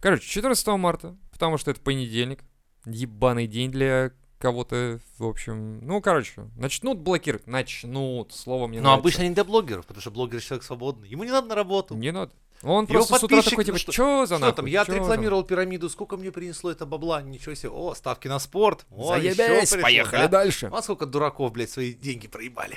Speaker 1: Короче, 14 марта, потому что это понедельник. Ебаный день для кого-то, в общем. Ну, короче, начнут блокировать. Начнут. Слово мне
Speaker 2: Но
Speaker 1: нравится.
Speaker 2: Ну, обычно не для блогеров, потому что блогер человек свободный. Ему не надо на работу.
Speaker 1: Не надо. Он
Speaker 2: Его
Speaker 1: просто с утра
Speaker 2: подписчик,
Speaker 1: такой, типа,
Speaker 2: ну что-
Speaker 1: чё за
Speaker 2: Что
Speaker 1: нахуй?
Speaker 2: там, я
Speaker 1: чё
Speaker 2: отрекламировал пирамиду, сколько мне принесло это бабла, ничего себе. О, ставки на спорт.
Speaker 1: там?
Speaker 2: О, ещё
Speaker 1: Заебись,
Speaker 2: пришло,
Speaker 1: поехали
Speaker 2: да.
Speaker 1: дальше.
Speaker 2: А сколько дураков, блядь, свои деньги проебали.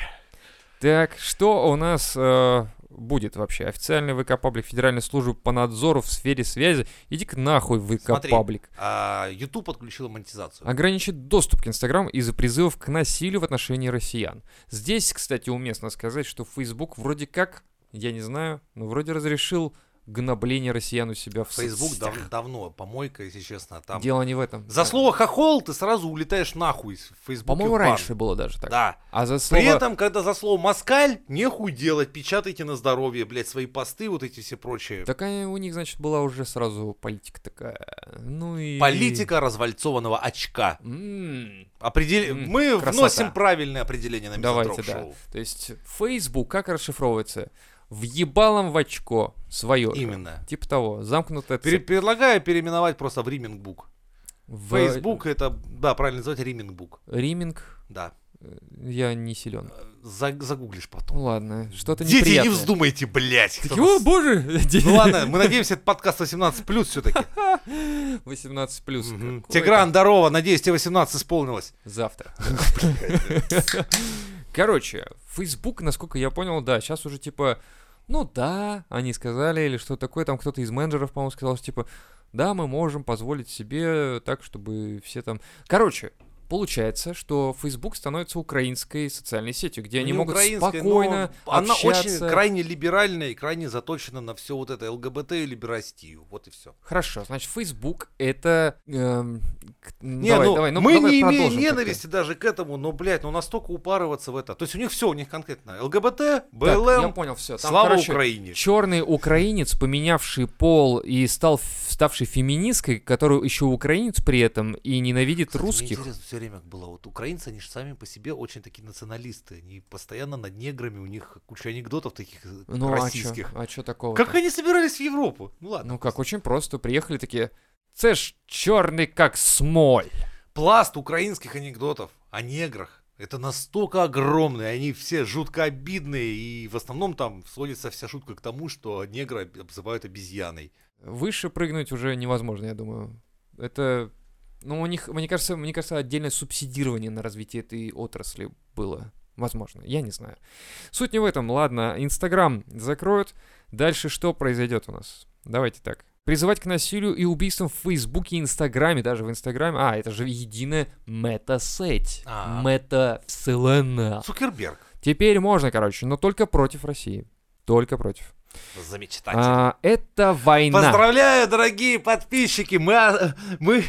Speaker 1: Так, что у нас э, будет вообще. Официальный ВК Паблик Федеральной службы по надзору в сфере связи. Иди к нахуй ВК
Speaker 2: Смотри.
Speaker 1: Паблик.
Speaker 2: А, YouTube отключила монетизацию.
Speaker 1: Ограничит доступ к Инстаграм из-за призывов к насилию в отношении россиян. Здесь, кстати, уместно сказать, что Facebook вроде как, я не знаю, но вроде разрешил гнобление россиян у себя в
Speaker 2: Facebook
Speaker 1: соцсетях.
Speaker 2: дав- давно помойка, если честно. Там
Speaker 1: Дело не в этом.
Speaker 2: За слово хохол ты сразу улетаешь нахуй в Фейсбуке.
Speaker 1: По-моему,
Speaker 2: в бан.
Speaker 1: раньше было даже так.
Speaker 2: Да.
Speaker 1: А за слово...
Speaker 2: При этом, когда за слово москаль, нехуй делать, печатайте на здоровье, блядь, свои посты, вот эти все прочие.
Speaker 1: Так они- у них, значит, была уже сразу политика такая. Ну и...
Speaker 2: Политика развальцованного очка.
Speaker 1: М,
Speaker 2: Определ...
Speaker 1: М,
Speaker 2: Мы
Speaker 1: красота.
Speaker 2: вносим правильное определение на
Speaker 1: Давайте, да.
Speaker 2: мизантроп-шоу.
Speaker 1: То есть, Facebook как расшифровывается? Въебалом в очко свое.
Speaker 2: Именно.
Speaker 1: Типа того, замкнутая
Speaker 2: Пере-
Speaker 1: цепь.
Speaker 2: Предлагаю переименовать просто в римингбук.
Speaker 1: В-
Speaker 2: Фейсбук это, да, правильно назвать римингбук.
Speaker 1: Риминг,
Speaker 2: Да.
Speaker 1: э, я не силен.
Speaker 2: Э, за- загуглишь потом.
Speaker 1: Ну ладно, что-то
Speaker 2: Дети, не
Speaker 1: неприятное.
Speaker 2: вздумайте, блядь.
Speaker 1: Такие,
Speaker 2: кто-то
Speaker 1: О,
Speaker 2: с-
Speaker 1: боже! <laughs>
Speaker 2: Ну ладно, мы надеемся, это подкаст 18+, все-таки.
Speaker 1: 18 плюс.
Speaker 2: Мгм. Тигран, здорово, надеюсь, тебе 18 исполнилось.
Speaker 1: Завтра. <laughs> Короче, Facebook, насколько я понял, да, сейчас уже типа, ну да, они сказали, или что такое, там кто-то из менеджеров, по-моему, сказал, что типа, да, мы можем позволить себе так, чтобы все там... Короче, получается, что Facebook становится украинской социальной сетью, где они
Speaker 2: Ну, Не
Speaker 1: могут
Speaker 2: украинская,
Speaker 1: спокойно
Speaker 2: но Она очень
Speaker 1: общаться.
Speaker 2: крайне либеральная и крайне заточена на все вот это ЛГБТ и либерастию. Вот и все.
Speaker 1: Хорошо, значит, Facebook это... эм, к-
Speaker 2: Не,
Speaker 1: давай,
Speaker 2: ну,
Speaker 1: давай, ну,
Speaker 2: мы
Speaker 1: давай
Speaker 2: не имеем
Speaker 1: продолжим как-то.
Speaker 2: ненависти даже к этому, но, блядь, ну настолько упарываться в это. То есть у них все, у них конкретно ЛГБТ,
Speaker 1: Так, я
Speaker 2: БЛМ,
Speaker 1: понял, все.
Speaker 2: слава Украине.
Speaker 1: Черный украинец, поменявший пол и стал, ф- ставший феминисткой, которую еще украинец при этом и ненавидит
Speaker 2: Кстати, мне
Speaker 1: русских.
Speaker 2: интересно все время было, вот украинцы, они же сами по себе очень такие националисты, они постоянно над неграми, у них куча анекдотов таких э,
Speaker 1: Ну а чё?
Speaker 2: российских.
Speaker 1: А чё такого?
Speaker 2: Как они собирались в Европу? Ну ладно.
Speaker 1: Ну как, очень просто. Приехали такие, це ж черный как смоль.
Speaker 2: пласт украинских анекдотов о неграх. Это настолько огромные, они все жутко обидные, и в основном там сводится вся шутка к тому, что негра об- обзывают обезьяной.
Speaker 1: Выше прыгнуть уже невозможно, я думаю. Это, ну у них, мне кажется, мне кажется, отдельное субсидирование на развитие этой отрасли было. Возможно, я не знаю. Суть не в этом. Ладно, Инстаграм закроют. Дальше что произойдет у нас? Давайте так. Призывать к насилию и убийствам в Фейсбуке и Инстаграме, даже в Инстаграме. А, это же единая мета-сеть.
Speaker 2: А.
Speaker 1: Мета-вселенная.
Speaker 2: Цукерберг,
Speaker 1: Теперь можно, короче, но только против России. Только против.
Speaker 2: замечтатель.
Speaker 1: А, это война.
Speaker 2: Поздравляю, дорогие подписчики! Мы, а, мы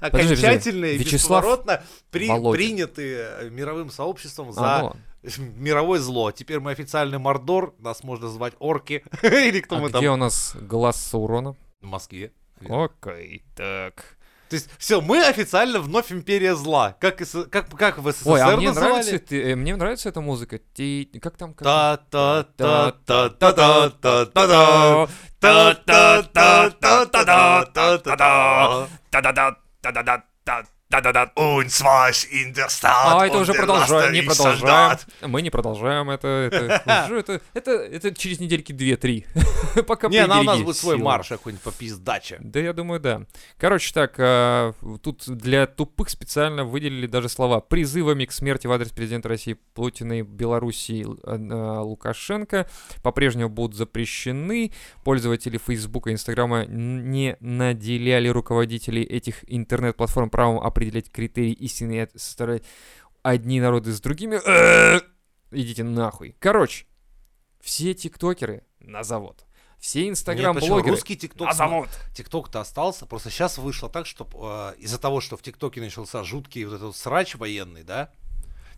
Speaker 1: подожди.
Speaker 2: окончательно и
Speaker 1: Вячеслав
Speaker 2: бесповоротно при-
Speaker 1: Володин.
Speaker 2: приняты э, мировым сообществом
Speaker 1: А, ну
Speaker 2: за
Speaker 1: ладно.
Speaker 2: <laughs> мировое зло. Теперь мы официальный мордор, нас можно звать орки. <laughs> Или кто
Speaker 1: А
Speaker 2: мы
Speaker 1: где
Speaker 2: там?
Speaker 1: у нас глаз Саурона?
Speaker 2: В Москве.
Speaker 1: Окей, так.
Speaker 2: То есть, все, мы официально вновь империя зла. Как, и с- как, как в СССР
Speaker 1: Ой, а мне
Speaker 2: называли?
Speaker 1: нравится, ты- э, мне нравится эта музыка. Ти, как там? Как там?
Speaker 2: Та-та-та-та-та-та-та. Та-та-та-та-та-та-та.
Speaker 3: Uns was in der Stadt.
Speaker 1: А, это
Speaker 3: und
Speaker 1: уже
Speaker 3: der
Speaker 1: продолжаем, не
Speaker 3: Laster ist
Speaker 1: продолжаем.
Speaker 3: Soldat.
Speaker 1: Мы не продолжаем это. <laughs> Это, уже это, это, это через недельки две-три. <laughs> Пока
Speaker 2: Не, на у нас
Speaker 1: прибереги
Speaker 2: будет свой
Speaker 1: силы.
Speaker 2: марш какой-нибудь по пиздаче.
Speaker 1: Да, я думаю, да. Короче, так, а, тут для тупых специально выделили даже слова призывами к смерти в адрес президента России Путина и Белоруссии э, э, Лукашенко по-прежнему будут запрещены. Пользователи Фейсбука и Инстаграма не наделяли руководителей этих интернет-платформ правом определять критерии истины и отстаивать одни народы с другими. <clears throat> Э, Идите нахуй. Короче, все тиктокеры на завод. Все
Speaker 2: Нет, почему?
Speaker 1: инстаграм-блогеры
Speaker 2: Русский тикток.
Speaker 1: на завод.
Speaker 2: Тикток-то остался. Просто сейчас вышло так, что э, из-за того, что в ТикТоке начался жуткий вот этот вот срач военный, да,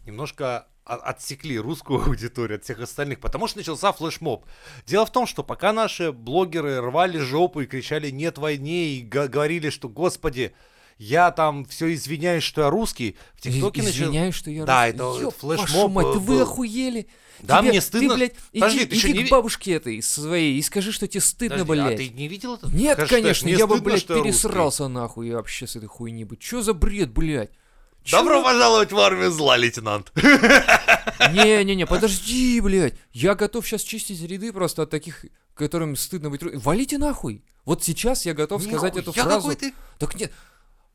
Speaker 2: немножко о- отсекли русскую <laughs> аудиторию от всех остальных, потому что начался флешмоб. Дело в том, что пока наши блогеры рвали жопу и кричали «нет войне» и га- говорили, что «господи, я там все извиняюсь, что я русский», в
Speaker 1: Из-
Speaker 2: ТикТоке начал...
Speaker 1: Извиняюсь, что я...
Speaker 2: Да,
Speaker 1: рас-
Speaker 2: это
Speaker 1: Ёб
Speaker 2: флешмоб
Speaker 1: вашу мать,
Speaker 2: был.
Speaker 1: вы охуели?
Speaker 2: Да,
Speaker 1: Тебе-
Speaker 2: мне стыдно.
Speaker 1: Ты, блядь, иди,
Speaker 2: Подожди, ты чё,
Speaker 1: иди к
Speaker 2: не ви-
Speaker 1: бабушке этой своей и скажи, что тебе стыдно,
Speaker 2: Подожди, а
Speaker 1: блядь.
Speaker 2: ты не видел это?
Speaker 1: Нет, конечно, я бы, блядь,
Speaker 2: пересрался.
Speaker 1: пересрался нахуй вообще с этой хуйни бы. Чё за бред, блядь? Чё?
Speaker 2: Добро пожаловать в армию зла, лейтенант.
Speaker 1: Не-не-не, подожди, блядь. Я готов сейчас чистить ряды просто от таких, которым стыдно быть... ру- Валите нахуй. Вот сейчас я готов сказать
Speaker 2: Нихуя
Speaker 1: эту фразу.
Speaker 2: какой ты
Speaker 1: Так нет,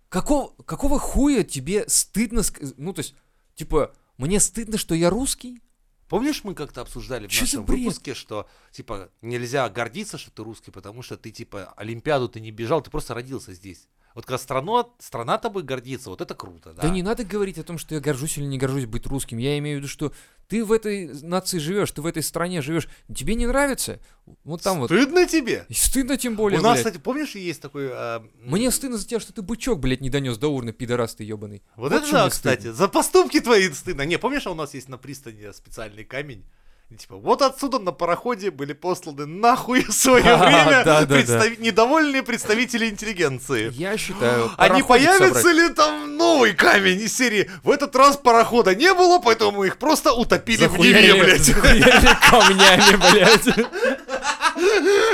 Speaker 1: какого, какого хуя тебе стыдно... ск- Ну, то есть, типа, мне стыдно, что я русский?
Speaker 2: Помнишь, мы как-то обсуждали в
Speaker 1: Чё за
Speaker 2: нашем
Speaker 1: бред?
Speaker 2: выпуске, что, типа, нельзя гордиться, что ты русский, потому что ты, типа, Олимпиаду ты не бежал, ты просто родился здесь. Вот когда страна, страна тобой гордится, вот это круто, да.
Speaker 1: Да не надо говорить о том, что я горжусь или не горжусь быть русским. Я имею в виду, что ты в этой нации живешь, ты в этой стране живешь. Тебе не нравится? Вот ну, там вот.
Speaker 2: Стыдно тебе?
Speaker 1: И стыдно тем
Speaker 2: У
Speaker 1: более,
Speaker 2: нас,
Speaker 1: блядь.
Speaker 2: кстати, помнишь, есть такой... э, м,
Speaker 1: Мне стыдно за тебя, что ты бычок, блядь, не донес до урны, пидорас ты ебаный.
Speaker 2: Вот, это
Speaker 1: что
Speaker 2: да,
Speaker 1: мне стыдно.
Speaker 2: кстати, за поступки твои стыдно. Не, помнишь, а у нас есть на пристани специальный камень? И Типа, вот отсюда на пароходе были посланы нахуй в свое
Speaker 1: А, <laughs> да,
Speaker 2: время
Speaker 1: да, да.
Speaker 2: представи- недовольные представители интеллигенции.
Speaker 1: Я считаю,
Speaker 2: А не
Speaker 1: пароходик
Speaker 2: появится
Speaker 1: собрать.
Speaker 2: ли там новый камень из серии? В этот раз парохода не было, поэтому мы их просто утопили в
Speaker 1: Захуярили-
Speaker 2: Неве, блядь.
Speaker 1: <laughs>
Speaker 2: <laughs>
Speaker 1: захуярили камнями, блядь.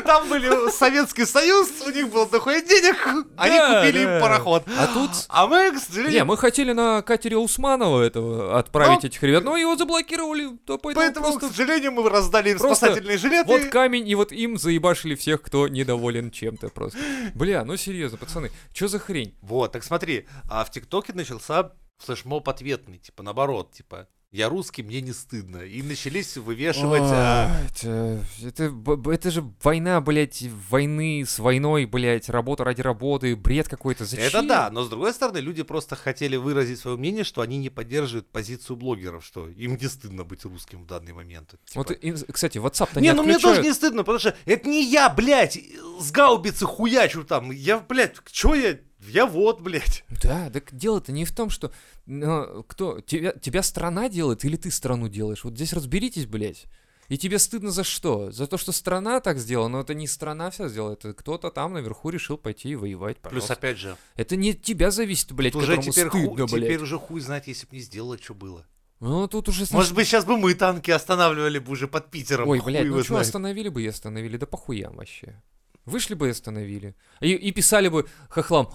Speaker 2: Там были Советский Союз, у них было дохуя денег, они
Speaker 1: Да,
Speaker 2: купили
Speaker 1: да.
Speaker 2: им пароход.
Speaker 1: А тут...
Speaker 2: А мы, к
Speaker 1: Не,
Speaker 2: сожалению,
Speaker 1: мы хотели на катере Усманова этого отправить
Speaker 2: Ну,
Speaker 1: этих ребят, но его заблокировали, то поэтому,
Speaker 2: поэтому,
Speaker 1: просто
Speaker 2: к сожалению, мы раздали им
Speaker 1: просто
Speaker 2: спасательные жилеты.
Speaker 1: вот камень, и вот им заебашили всех, кто недоволен чем-то просто. Бля, ну серьезно, пацаны, что за хрень?
Speaker 2: Вот, так смотри, а в ТикТоке начался флешмоб ответный, типа наоборот, типа я русский, мне не стыдно. И начались вывешивать... а,
Speaker 1: А, Это, это, б- это же война, блядь, войны с войной, блядь, работа ради работы, бред какой-то. Зачем?
Speaker 2: Это да, но с другой стороны, люди просто хотели выразить свое мнение, что они не поддерживают позицию блогеров, что им не стыдно быть русским в данный момент. Типа,
Speaker 1: Вот, и, кстати, WhatsApp-то не,
Speaker 2: не, ну мне
Speaker 1: отключают.
Speaker 2: тоже не стыдно, потому что это не я, блядь, с гаубицы хуячу там. Я, блядь, чё я? Я вот, блядь.
Speaker 1: Да, так дело-то не в том, что ну, кто тебя, тебя страна делает или ты страну делаешь. Вот здесь разберитесь, блядь. И тебе стыдно за что? За то, что страна так сделала, но это не страна вся сделала, это кто-то там наверху решил пойти и воевать,
Speaker 2: Плюс,
Speaker 1: пожалуйста.
Speaker 2: опять же,
Speaker 1: Это не от тебя зависит, блядь,
Speaker 2: уже
Speaker 1: которому
Speaker 2: теперь, ху-
Speaker 1: стыдно, блядь.
Speaker 2: теперь уже хуй знает, если бы не сделала, что было.
Speaker 1: Ну, тут уже... слишком-
Speaker 2: Может быть, сейчас бы мы танки останавливали бы уже под Питером.
Speaker 1: Ой,
Speaker 2: хуй
Speaker 1: блядь,
Speaker 2: его
Speaker 1: ну что,
Speaker 2: знает.
Speaker 1: остановили бы и остановили, да похуям вообще. Вышли бы и остановили. И, и писали бы хохлам,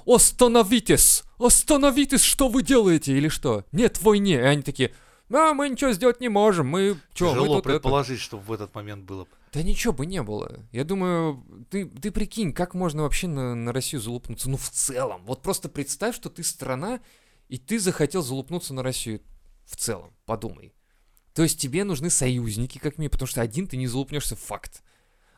Speaker 1: остановитесь, остановитесь, что вы делаете, или что? Нет войне. И они такие, а, мы ничего сделать не можем, мы... Чё, мы
Speaker 2: Тяжело
Speaker 1: тут это».
Speaker 2: предположить, что в этот момент было. бы.
Speaker 1: Да ничего бы не было. Я думаю, ты, ты прикинь, как можно вообще на, на Россию залупнуться? Ну, в целом. Вот просто представь, что ты страна, и ты захотел залупнуться на Россию. В целом, подумай. То есть тебе нужны союзники, как мне, потому что один ты не залупнешься, факт.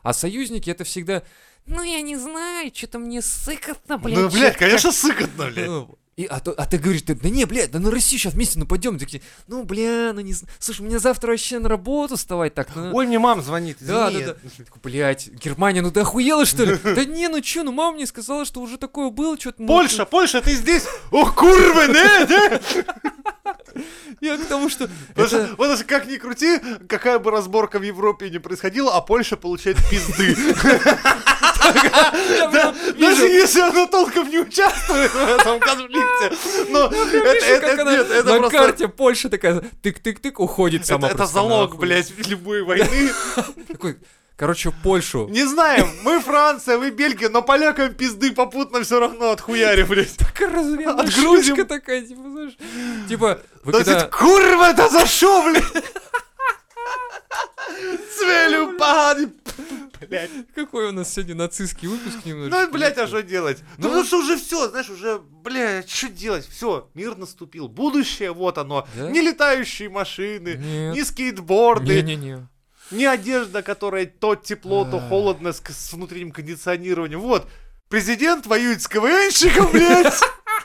Speaker 1: А союзники это всегда, ну я не знаю, что-то мне сыкотно, блядь.
Speaker 2: ну, блядь,
Speaker 1: чё-то
Speaker 2: конечно, сыкотно,
Speaker 1: как-то».
Speaker 2: блядь.
Speaker 1: И, а, то- а ты говоришь, ты, да не, блядь, да на Россию сейчас вместе нападем. Такие, ну, бля, ну не знаю. Слушай, мне завтра вообще на работу вставать так. ну,
Speaker 2: Ой, мне мама звонит,
Speaker 1: да,
Speaker 2: извини.
Speaker 1: да, да. Я такой, блядь, Германия, ну ты охуела, что ли? Да не, ну чё, ну мама мне сказала, что уже такое было, ну, что-то...
Speaker 2: Польша, Польша, ты здесь? О, курва, нет, да?
Speaker 1: <laughs> Я к тому, что...
Speaker 2: Потому что-
Speaker 1: это-
Speaker 2: потому что как ни крути, какая бы разборка в Европе не происходила, а Польша получает
Speaker 1: <laughs>
Speaker 2: пизды. <laughs>
Speaker 1: Я
Speaker 2: Да,
Speaker 1: прям
Speaker 2: Даже
Speaker 1: вижу-
Speaker 2: если она толком не участвует в этом конфликте. Но это-
Speaker 1: Ну, вижу,
Speaker 2: это
Speaker 1: как
Speaker 2: это-
Speaker 1: она
Speaker 2: нет, это
Speaker 1: На
Speaker 2: просто...
Speaker 1: карте Польша такая, тык-тык-тык, уходит
Speaker 2: Это
Speaker 1: сама.
Speaker 2: это
Speaker 1: просто
Speaker 2: залог,
Speaker 1: нахуй.
Speaker 2: блядь,
Speaker 1: <laughs>
Speaker 2: любой войны.
Speaker 1: Такой, короче,
Speaker 2: <laughs>
Speaker 1: Польшу.
Speaker 2: Не знаем, мы Франция, вы Бельгия, но полякам пизды попутно все равно отхуяри, блядь.
Speaker 1: Такая разведная
Speaker 2: Отгрузим.
Speaker 1: шишка такая, типа, знаешь, типа, вы
Speaker 2: То есть,
Speaker 1: когда...
Speaker 2: курва, это за шо, блядь? <laughs> Цвелю, пани, блядь.
Speaker 1: Какой у нас сегодня нацистский выпуск немножко.
Speaker 2: Ну, блядь, а что делать?
Speaker 1: Ну,
Speaker 2: Ну, потому что уже все, знаешь, уже, блядь, что делать? Все, мир наступил. Будущее, вот оно.
Speaker 1: Да?
Speaker 2: Не летающие машины,
Speaker 1: Нет.
Speaker 2: не скейтборды, не,
Speaker 1: Не-не-не.
Speaker 2: одежда, которая то тепло, то
Speaker 1: Ах.
Speaker 2: холодно с, с внутренним кондиционированием. Вот, президент воюет с
Speaker 1: <laughs>
Speaker 2: КВНщиком, блядь.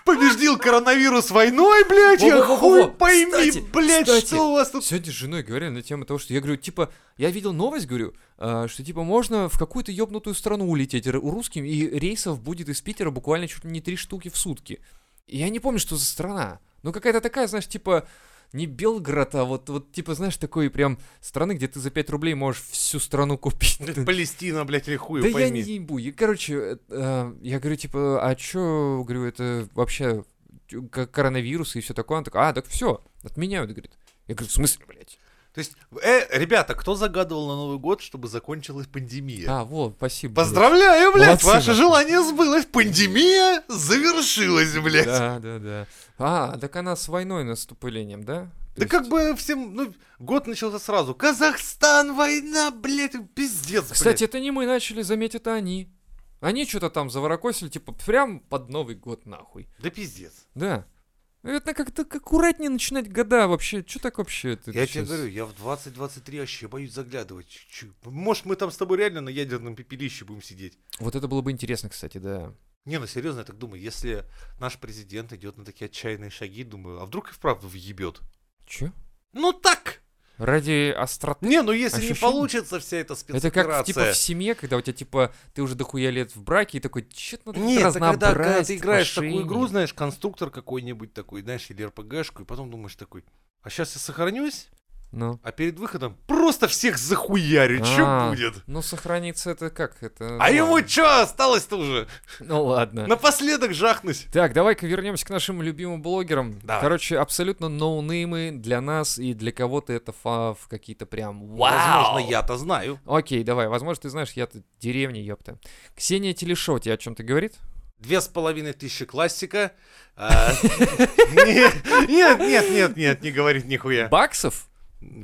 Speaker 2: Побеждил коронавирус войной, блядь, я
Speaker 1: Во-во-во-во.
Speaker 2: хуй пойми,
Speaker 1: Кстати,
Speaker 2: блядь,
Speaker 1: кстати,
Speaker 2: что у вас тут
Speaker 1: Сегодня с женой говорили на тему того, что я говорю, типа, я видел новость, говорю, а, что типа можно в какую-то ёбнутую страну улететь р- русским, и рейсов будет из Питера буквально чуть ли не три штуки в сутки. И я не помню, что за страна. Ну какая-то такая, знаешь, типа, не Белгород, а вот, вот типа, знаешь, такой прям страны, где ты за 5 рублей можешь всю страну купить. <laughs>
Speaker 2: Блядь, Палестина, блядь, или хуй
Speaker 1: Да
Speaker 2: его пойми.
Speaker 1: я не ебу. Я, короче, э, э, я говорю, типа, а чё, говорю, это вообще тю- ко- коронавирус и все такое. Он такой, а, так все, отменяют, говорит. Я говорю, в смысле, блядь?
Speaker 2: То есть, э, ребята, кто загадывал на Новый год, чтобы закончилась пандемия?
Speaker 1: А, вот, спасибо. блядь.
Speaker 2: Поздравляю, блядь,
Speaker 1: Молодцы,
Speaker 2: ваше
Speaker 1: нахуй.
Speaker 2: желание сбылось, пандемия завершилась, блядь. Да,
Speaker 1: Да, да, да. А, так она с войной наступлением, да? То есть-
Speaker 2: как бы всем, ну, год начался сразу. Казахстан, война, блядь, пиздец,
Speaker 1: Кстати,
Speaker 2: блядь.
Speaker 1: это не мы начали, заметь, это они. Они что-то там заворокосили, типа, прям под Новый год нахуй.
Speaker 2: Да пиздец.
Speaker 1: Да. Наверное, как-то аккуратнее начинать года вообще. Что так вообще? ты
Speaker 2: Я тебе
Speaker 1: щас?
Speaker 2: говорю, я в 2023 вообще боюсь заглядывать. Чё- Может, мы там с тобой реально на ядерном пепелище будем сидеть.
Speaker 1: Вот это было бы интересно, кстати, да.
Speaker 2: Не, ну серьезно, я так думаю, если наш президент идет на такие отчаянные шаги, думаю, а вдруг и вправду въебет?
Speaker 1: Че?
Speaker 2: Ну так!
Speaker 1: Ради остроты.
Speaker 2: Не, ну если не
Speaker 1: Ощущение?
Speaker 2: получится вся эта спецоперация.
Speaker 1: Это как в- типа в семье, когда у тебя типа ты уже дохуя лет в браке и такой, че-то надо
Speaker 2: Нет, это
Speaker 1: разнообразить.
Speaker 2: когда, когда ты играешь в такую
Speaker 1: мошенник».
Speaker 2: игру, знаешь, конструктор какой-нибудь такой, знаешь, или РПГшку, и потом думаешь такой, а сейчас я сохранюсь,
Speaker 1: Ну.
Speaker 2: а перед выходом просто всех захуярю,
Speaker 1: А,
Speaker 2: что будет?
Speaker 1: Ну, сохранится это как? Это.
Speaker 2: А
Speaker 1: ну
Speaker 2: ему
Speaker 1: ладно.
Speaker 2: что осталось-то уже?
Speaker 1: <laughs> Ну ладно.
Speaker 2: Напоследок жахнуть.
Speaker 1: Так, давай-ка вернемся к нашим любимым блогерам.
Speaker 2: Давай.
Speaker 1: Короче, абсолютно ноунеймы для нас и для кого-то это фав какие-то прям вау.
Speaker 2: Возможно, я-то знаю.
Speaker 1: Окей, давай, возможно, ты знаешь, я-то деревня, ёпта. Ксения Телешова тебе о чем то говорит?
Speaker 2: Две с половиной тысячи классика.
Speaker 1: <laughs>
Speaker 2: А, Нет, нет, нет, нет, нет, не говорит нихуя.
Speaker 1: Баксов?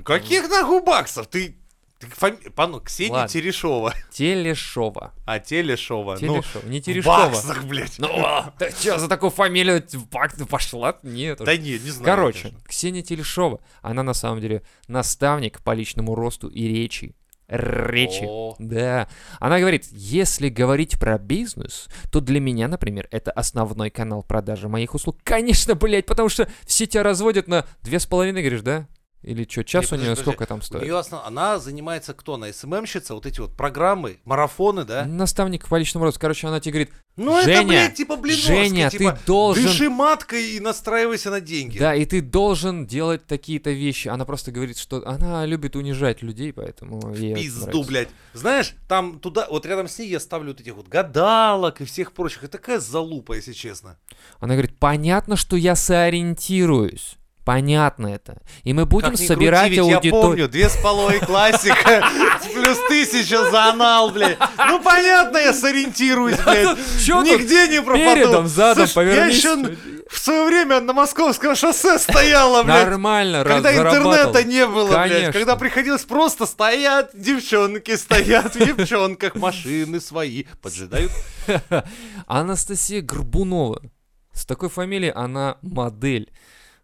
Speaker 2: Каких нахуй баксов? Ты ты фами- пану- Ксения
Speaker 1: Ладно.
Speaker 2: Терешова.
Speaker 1: Телешова.
Speaker 2: А Телешова. Ну,
Speaker 1: Телешова, не
Speaker 2: в
Speaker 1: Терешова.
Speaker 2: <laughs> баксах, блядь.
Speaker 1: Ну, а, да чё за такую фамилию в бак- ну, пошла? Нет. уж.
Speaker 2: Да не, не знаю.
Speaker 1: Короче,
Speaker 2: конечно.
Speaker 1: Ксения Телешова, она на самом деле наставник по личному росту и речи. Речи.
Speaker 2: О.
Speaker 1: Да. Она говорит, если говорить про бизнес, то для меня, например, это основной канал продажи моих услуг. Конечно, блядь, потому что все тебя разводят на две с половиной, говоришь, да? Или что, час у
Speaker 2: Не,
Speaker 1: нее
Speaker 2: подожди,
Speaker 1: сколько там
Speaker 2: У
Speaker 1: стоит?
Speaker 2: неё основ- Ну, Она занимается кто? Она СММщица? Вот эти вот программы, марафоны, да?
Speaker 1: Наставник по личному росту. Короче, она тебе говорит,
Speaker 2: Ну это,
Speaker 1: Женя,
Speaker 2: блядь, типа блиновская.
Speaker 1: Женя,
Speaker 2: типа,
Speaker 1: ты должен...
Speaker 2: Дыши маткой и настраивайся на деньги.
Speaker 1: Да, и ты должен делать такие-то вещи. Она просто говорит, что она любит унижать людей, поэтому ей это
Speaker 2: Пизду,
Speaker 1: нравится.
Speaker 2: блядь. Знаешь, там туда, вот рядом с ней я ставлю вот этих вот гадалок и всех прочих. Это такая залупа, если честно.
Speaker 1: Она говорит, понятно, что я сориентируюсь. Понятно это. И мы будем
Speaker 2: Как ни
Speaker 1: собирать
Speaker 2: крути, ведь Я
Speaker 1: аудиторию.
Speaker 2: помню, две с
Speaker 1: <laughs>
Speaker 2: половиной классика, плюс тысяча за анал, блядь. Ну понятно, я сориентируюсь, блядь.
Speaker 1: Чё тут
Speaker 2: Нигде не пропаду.
Speaker 1: передом, задом
Speaker 2: Слушай,
Speaker 1: повернись,
Speaker 2: Я еще в свое время на московском шоссе стояла, блядь.
Speaker 1: Нормально, раз
Speaker 2: Когда интернета
Speaker 1: зарабатывал.
Speaker 2: не было, блядь,
Speaker 1: Конечно.
Speaker 2: когда приходилось просто стоят, девчонки стоят в девчонках, машины свои поджидают.
Speaker 1: Анастасия Горбунова. С такой фамилией она модель.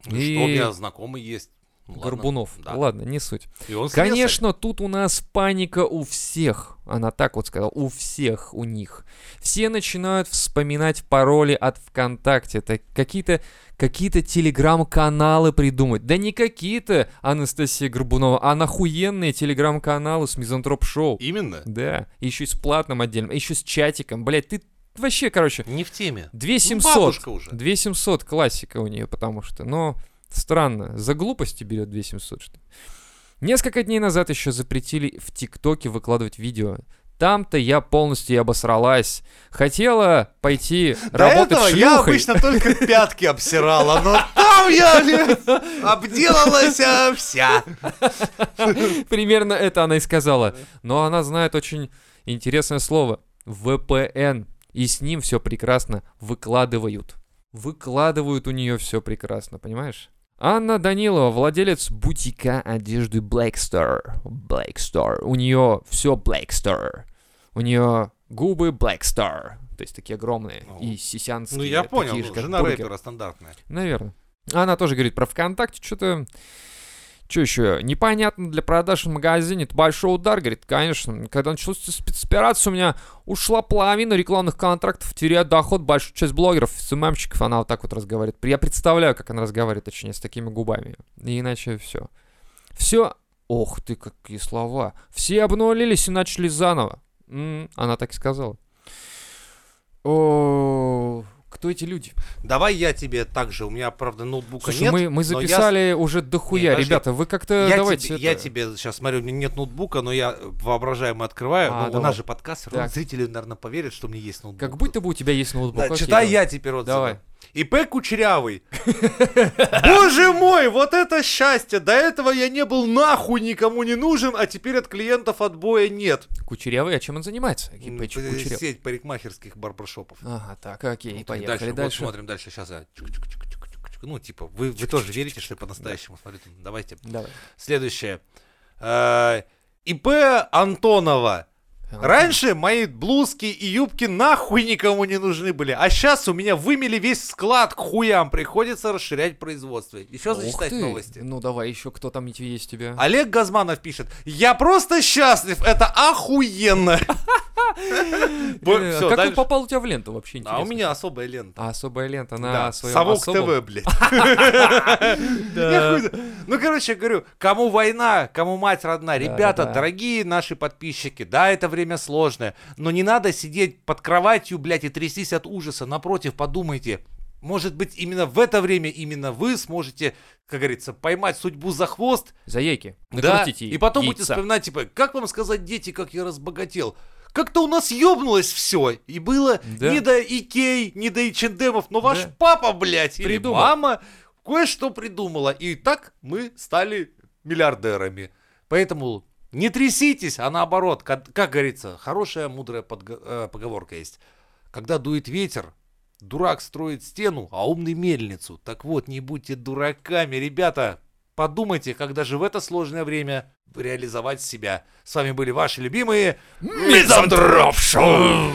Speaker 2: Ну
Speaker 1: И-
Speaker 2: что, у меня знакомый есть. Ну, ладно.
Speaker 1: Горбунов.
Speaker 2: Да. Ну,
Speaker 1: Ладно, не суть.
Speaker 2: И он слесарь.
Speaker 1: Конечно, тут у нас паника у всех. Она так вот сказала, у всех у них. Все начинают вспоминать пароли от ВКонтакте, так какие-то какие-то телеграм-каналы придумать. Да не какие-то, Анастасия Горбунова, а нахуенные телеграм-каналы с мизантроп-шоу.
Speaker 2: Именно.
Speaker 1: Да, еще и с платным отдельным, еще с чатиком. Блять, ты вообще, короче,
Speaker 2: Не в теме.
Speaker 1: 2700.
Speaker 2: Ну, Бабушка уже.
Speaker 1: 2700 классика у нее, потому что, но странно, за глупости берет 2700, что ли? Несколько дней назад еще запретили в ТикТоке выкладывать видео. Там-то я полностью и обосралась. Хотела пойти
Speaker 2: До
Speaker 1: работать
Speaker 2: этого
Speaker 1: шлюхой.
Speaker 2: я обычно только пятки обсирала, но там я
Speaker 1: <laughs>
Speaker 2: блин, обделалась а, вся.
Speaker 1: <laughs> Примерно это она и сказала. Но она знает очень интересное слово. VPN. И с ним все прекрасно выкладывают. Выкладывают у нее все прекрасно, понимаешь? Анна Данилова, владелец бутика одежды Blackstar. Blackstar. У нее все Blackstar. У нее губы Blackstar. То есть такие огромные.
Speaker 2: Ну.
Speaker 1: И сисянские.
Speaker 2: Ну я понял,
Speaker 1: такие же,
Speaker 2: ну,
Speaker 1: как
Speaker 2: жена
Speaker 1: бургер.
Speaker 2: рэпера стандартная.
Speaker 1: Наверное. Она тоже говорит про ВКонтакте, что-то... Что еще? Непонятно для продаж в магазине. Это большой удар, говорит, конечно. Когда началась эта спецоперация, у меня ушла половина рекламных контрактов, теряют доход большую часть блогеров, СММщиков. Она вот так вот разговаривает. Я представляю, как она разговаривает, точнее, с такими губами. И иначе все. Все... Ох ты, какие слова. Все обнулились и начали заново. М, она так и сказала. О, кто эти люди?
Speaker 2: Давай я тебе также, у меня, правда, ноутбука
Speaker 1: Слушай,
Speaker 2: нет.
Speaker 1: мы,
Speaker 2: но я
Speaker 1: мы записали уже
Speaker 2: Не,
Speaker 1: дохуя,
Speaker 2: подожди.
Speaker 1: ребята, вы как-то
Speaker 2: Я,
Speaker 1: давайте...
Speaker 2: тебе, я
Speaker 1: это-
Speaker 2: тебе сейчас смотрю, у меня нет ноутбука, но я э, воображаемо открываю.
Speaker 1: А,
Speaker 2: Ну, у
Speaker 1: давай.
Speaker 2: нас же подкаст, всё равно
Speaker 1: Так.
Speaker 2: зрители, наверное, поверят, что у меня есть ноутбук.
Speaker 1: Как будто бы у тебя есть ноутбук.
Speaker 2: Да,
Speaker 1: окей,
Speaker 2: читай
Speaker 1: давай.
Speaker 2: я теперь отзывы.
Speaker 1: Давай.
Speaker 2: ИП
Speaker 1: <laughs>
Speaker 2: Кучерявый. Боже мой, вот это счастье! До этого я не был нахуй никому не нужен, а теперь от клиентов отбоя нет.
Speaker 1: Кучерявый, а чем он занимается? Ипэч Кучеряв.
Speaker 2: Сеть парикмахерских барбаршопов.
Speaker 1: Ага, так, окей,
Speaker 2: э, Ну,
Speaker 1: поехали
Speaker 2: дальше,
Speaker 1: дальше.
Speaker 2: вот смотрим дальше. Сейчас я... чик-чик-чик-чик-чик-чик. Ну, типа, вы, вы тоже верите, что я по-настоящему смотрю? Давайте.
Speaker 1: Давай.
Speaker 2: Следующее. Э, ИП Антонова. Раньше мои блузки и юбки нахуй никому не нужны были, а сейчас у меня вымели весь склад к хуям, приходится расширять производство. Еще
Speaker 1: Ух
Speaker 2: зачитать
Speaker 1: ты.
Speaker 2: новости. А,
Speaker 1: Ну давай еще кто там есть у тебя.
Speaker 2: Олег Газманов пишет, я просто счастлив, это
Speaker 1: <laughs>
Speaker 2: охуенно. Бо-
Speaker 1: Э,
Speaker 2: всё,
Speaker 1: как он
Speaker 2: дальше.
Speaker 1: попал у тебя в ленту вообще?
Speaker 2: А
Speaker 1: интересно?
Speaker 2: у меня особая лента.
Speaker 1: А особая лента на
Speaker 2: Да,
Speaker 1: своем
Speaker 2: Совок
Speaker 1: особом- <laughs>
Speaker 2: ТВ, блядь. Я хуй знаю. Ну, короче, говорю, кому война, кому мать родна. Ребята,
Speaker 1: да.
Speaker 2: дорогие наши подписчики, да, это время сложное, но не надо сидеть под кроватью, блядь, и трястись от ужаса. Напротив, подумайте, может быть, именно в это время именно вы сможете, как говорится, поймать судьбу за хвост,
Speaker 1: Заяйки.
Speaker 2: да,
Speaker 1: Накрутите
Speaker 2: и потом будете
Speaker 1: яйца.
Speaker 2: вспоминать, типа, как вам сказать, дети, как я разбогател? Как-то у нас ёбнулось все, и было
Speaker 1: Да.
Speaker 2: не до Икей, не до Ичендемов, но ваш
Speaker 1: Да.
Speaker 2: папа, блядь, или
Speaker 1: Придумал.
Speaker 2: мама кое-что придумала, и так мы стали миллиардерами. Поэтому не тряситесь, а наоборот, как, как говорится, хорошая мудрая подго- э, поговорка есть. Когда дует ветер, дурак строит стену, а умный мельницу. Так вот, не будьте дураками, ребята. Подумайте, как даже в это сложное время реализовать себя. С вами были ваши любимые
Speaker 3: Мизантроп Шоу!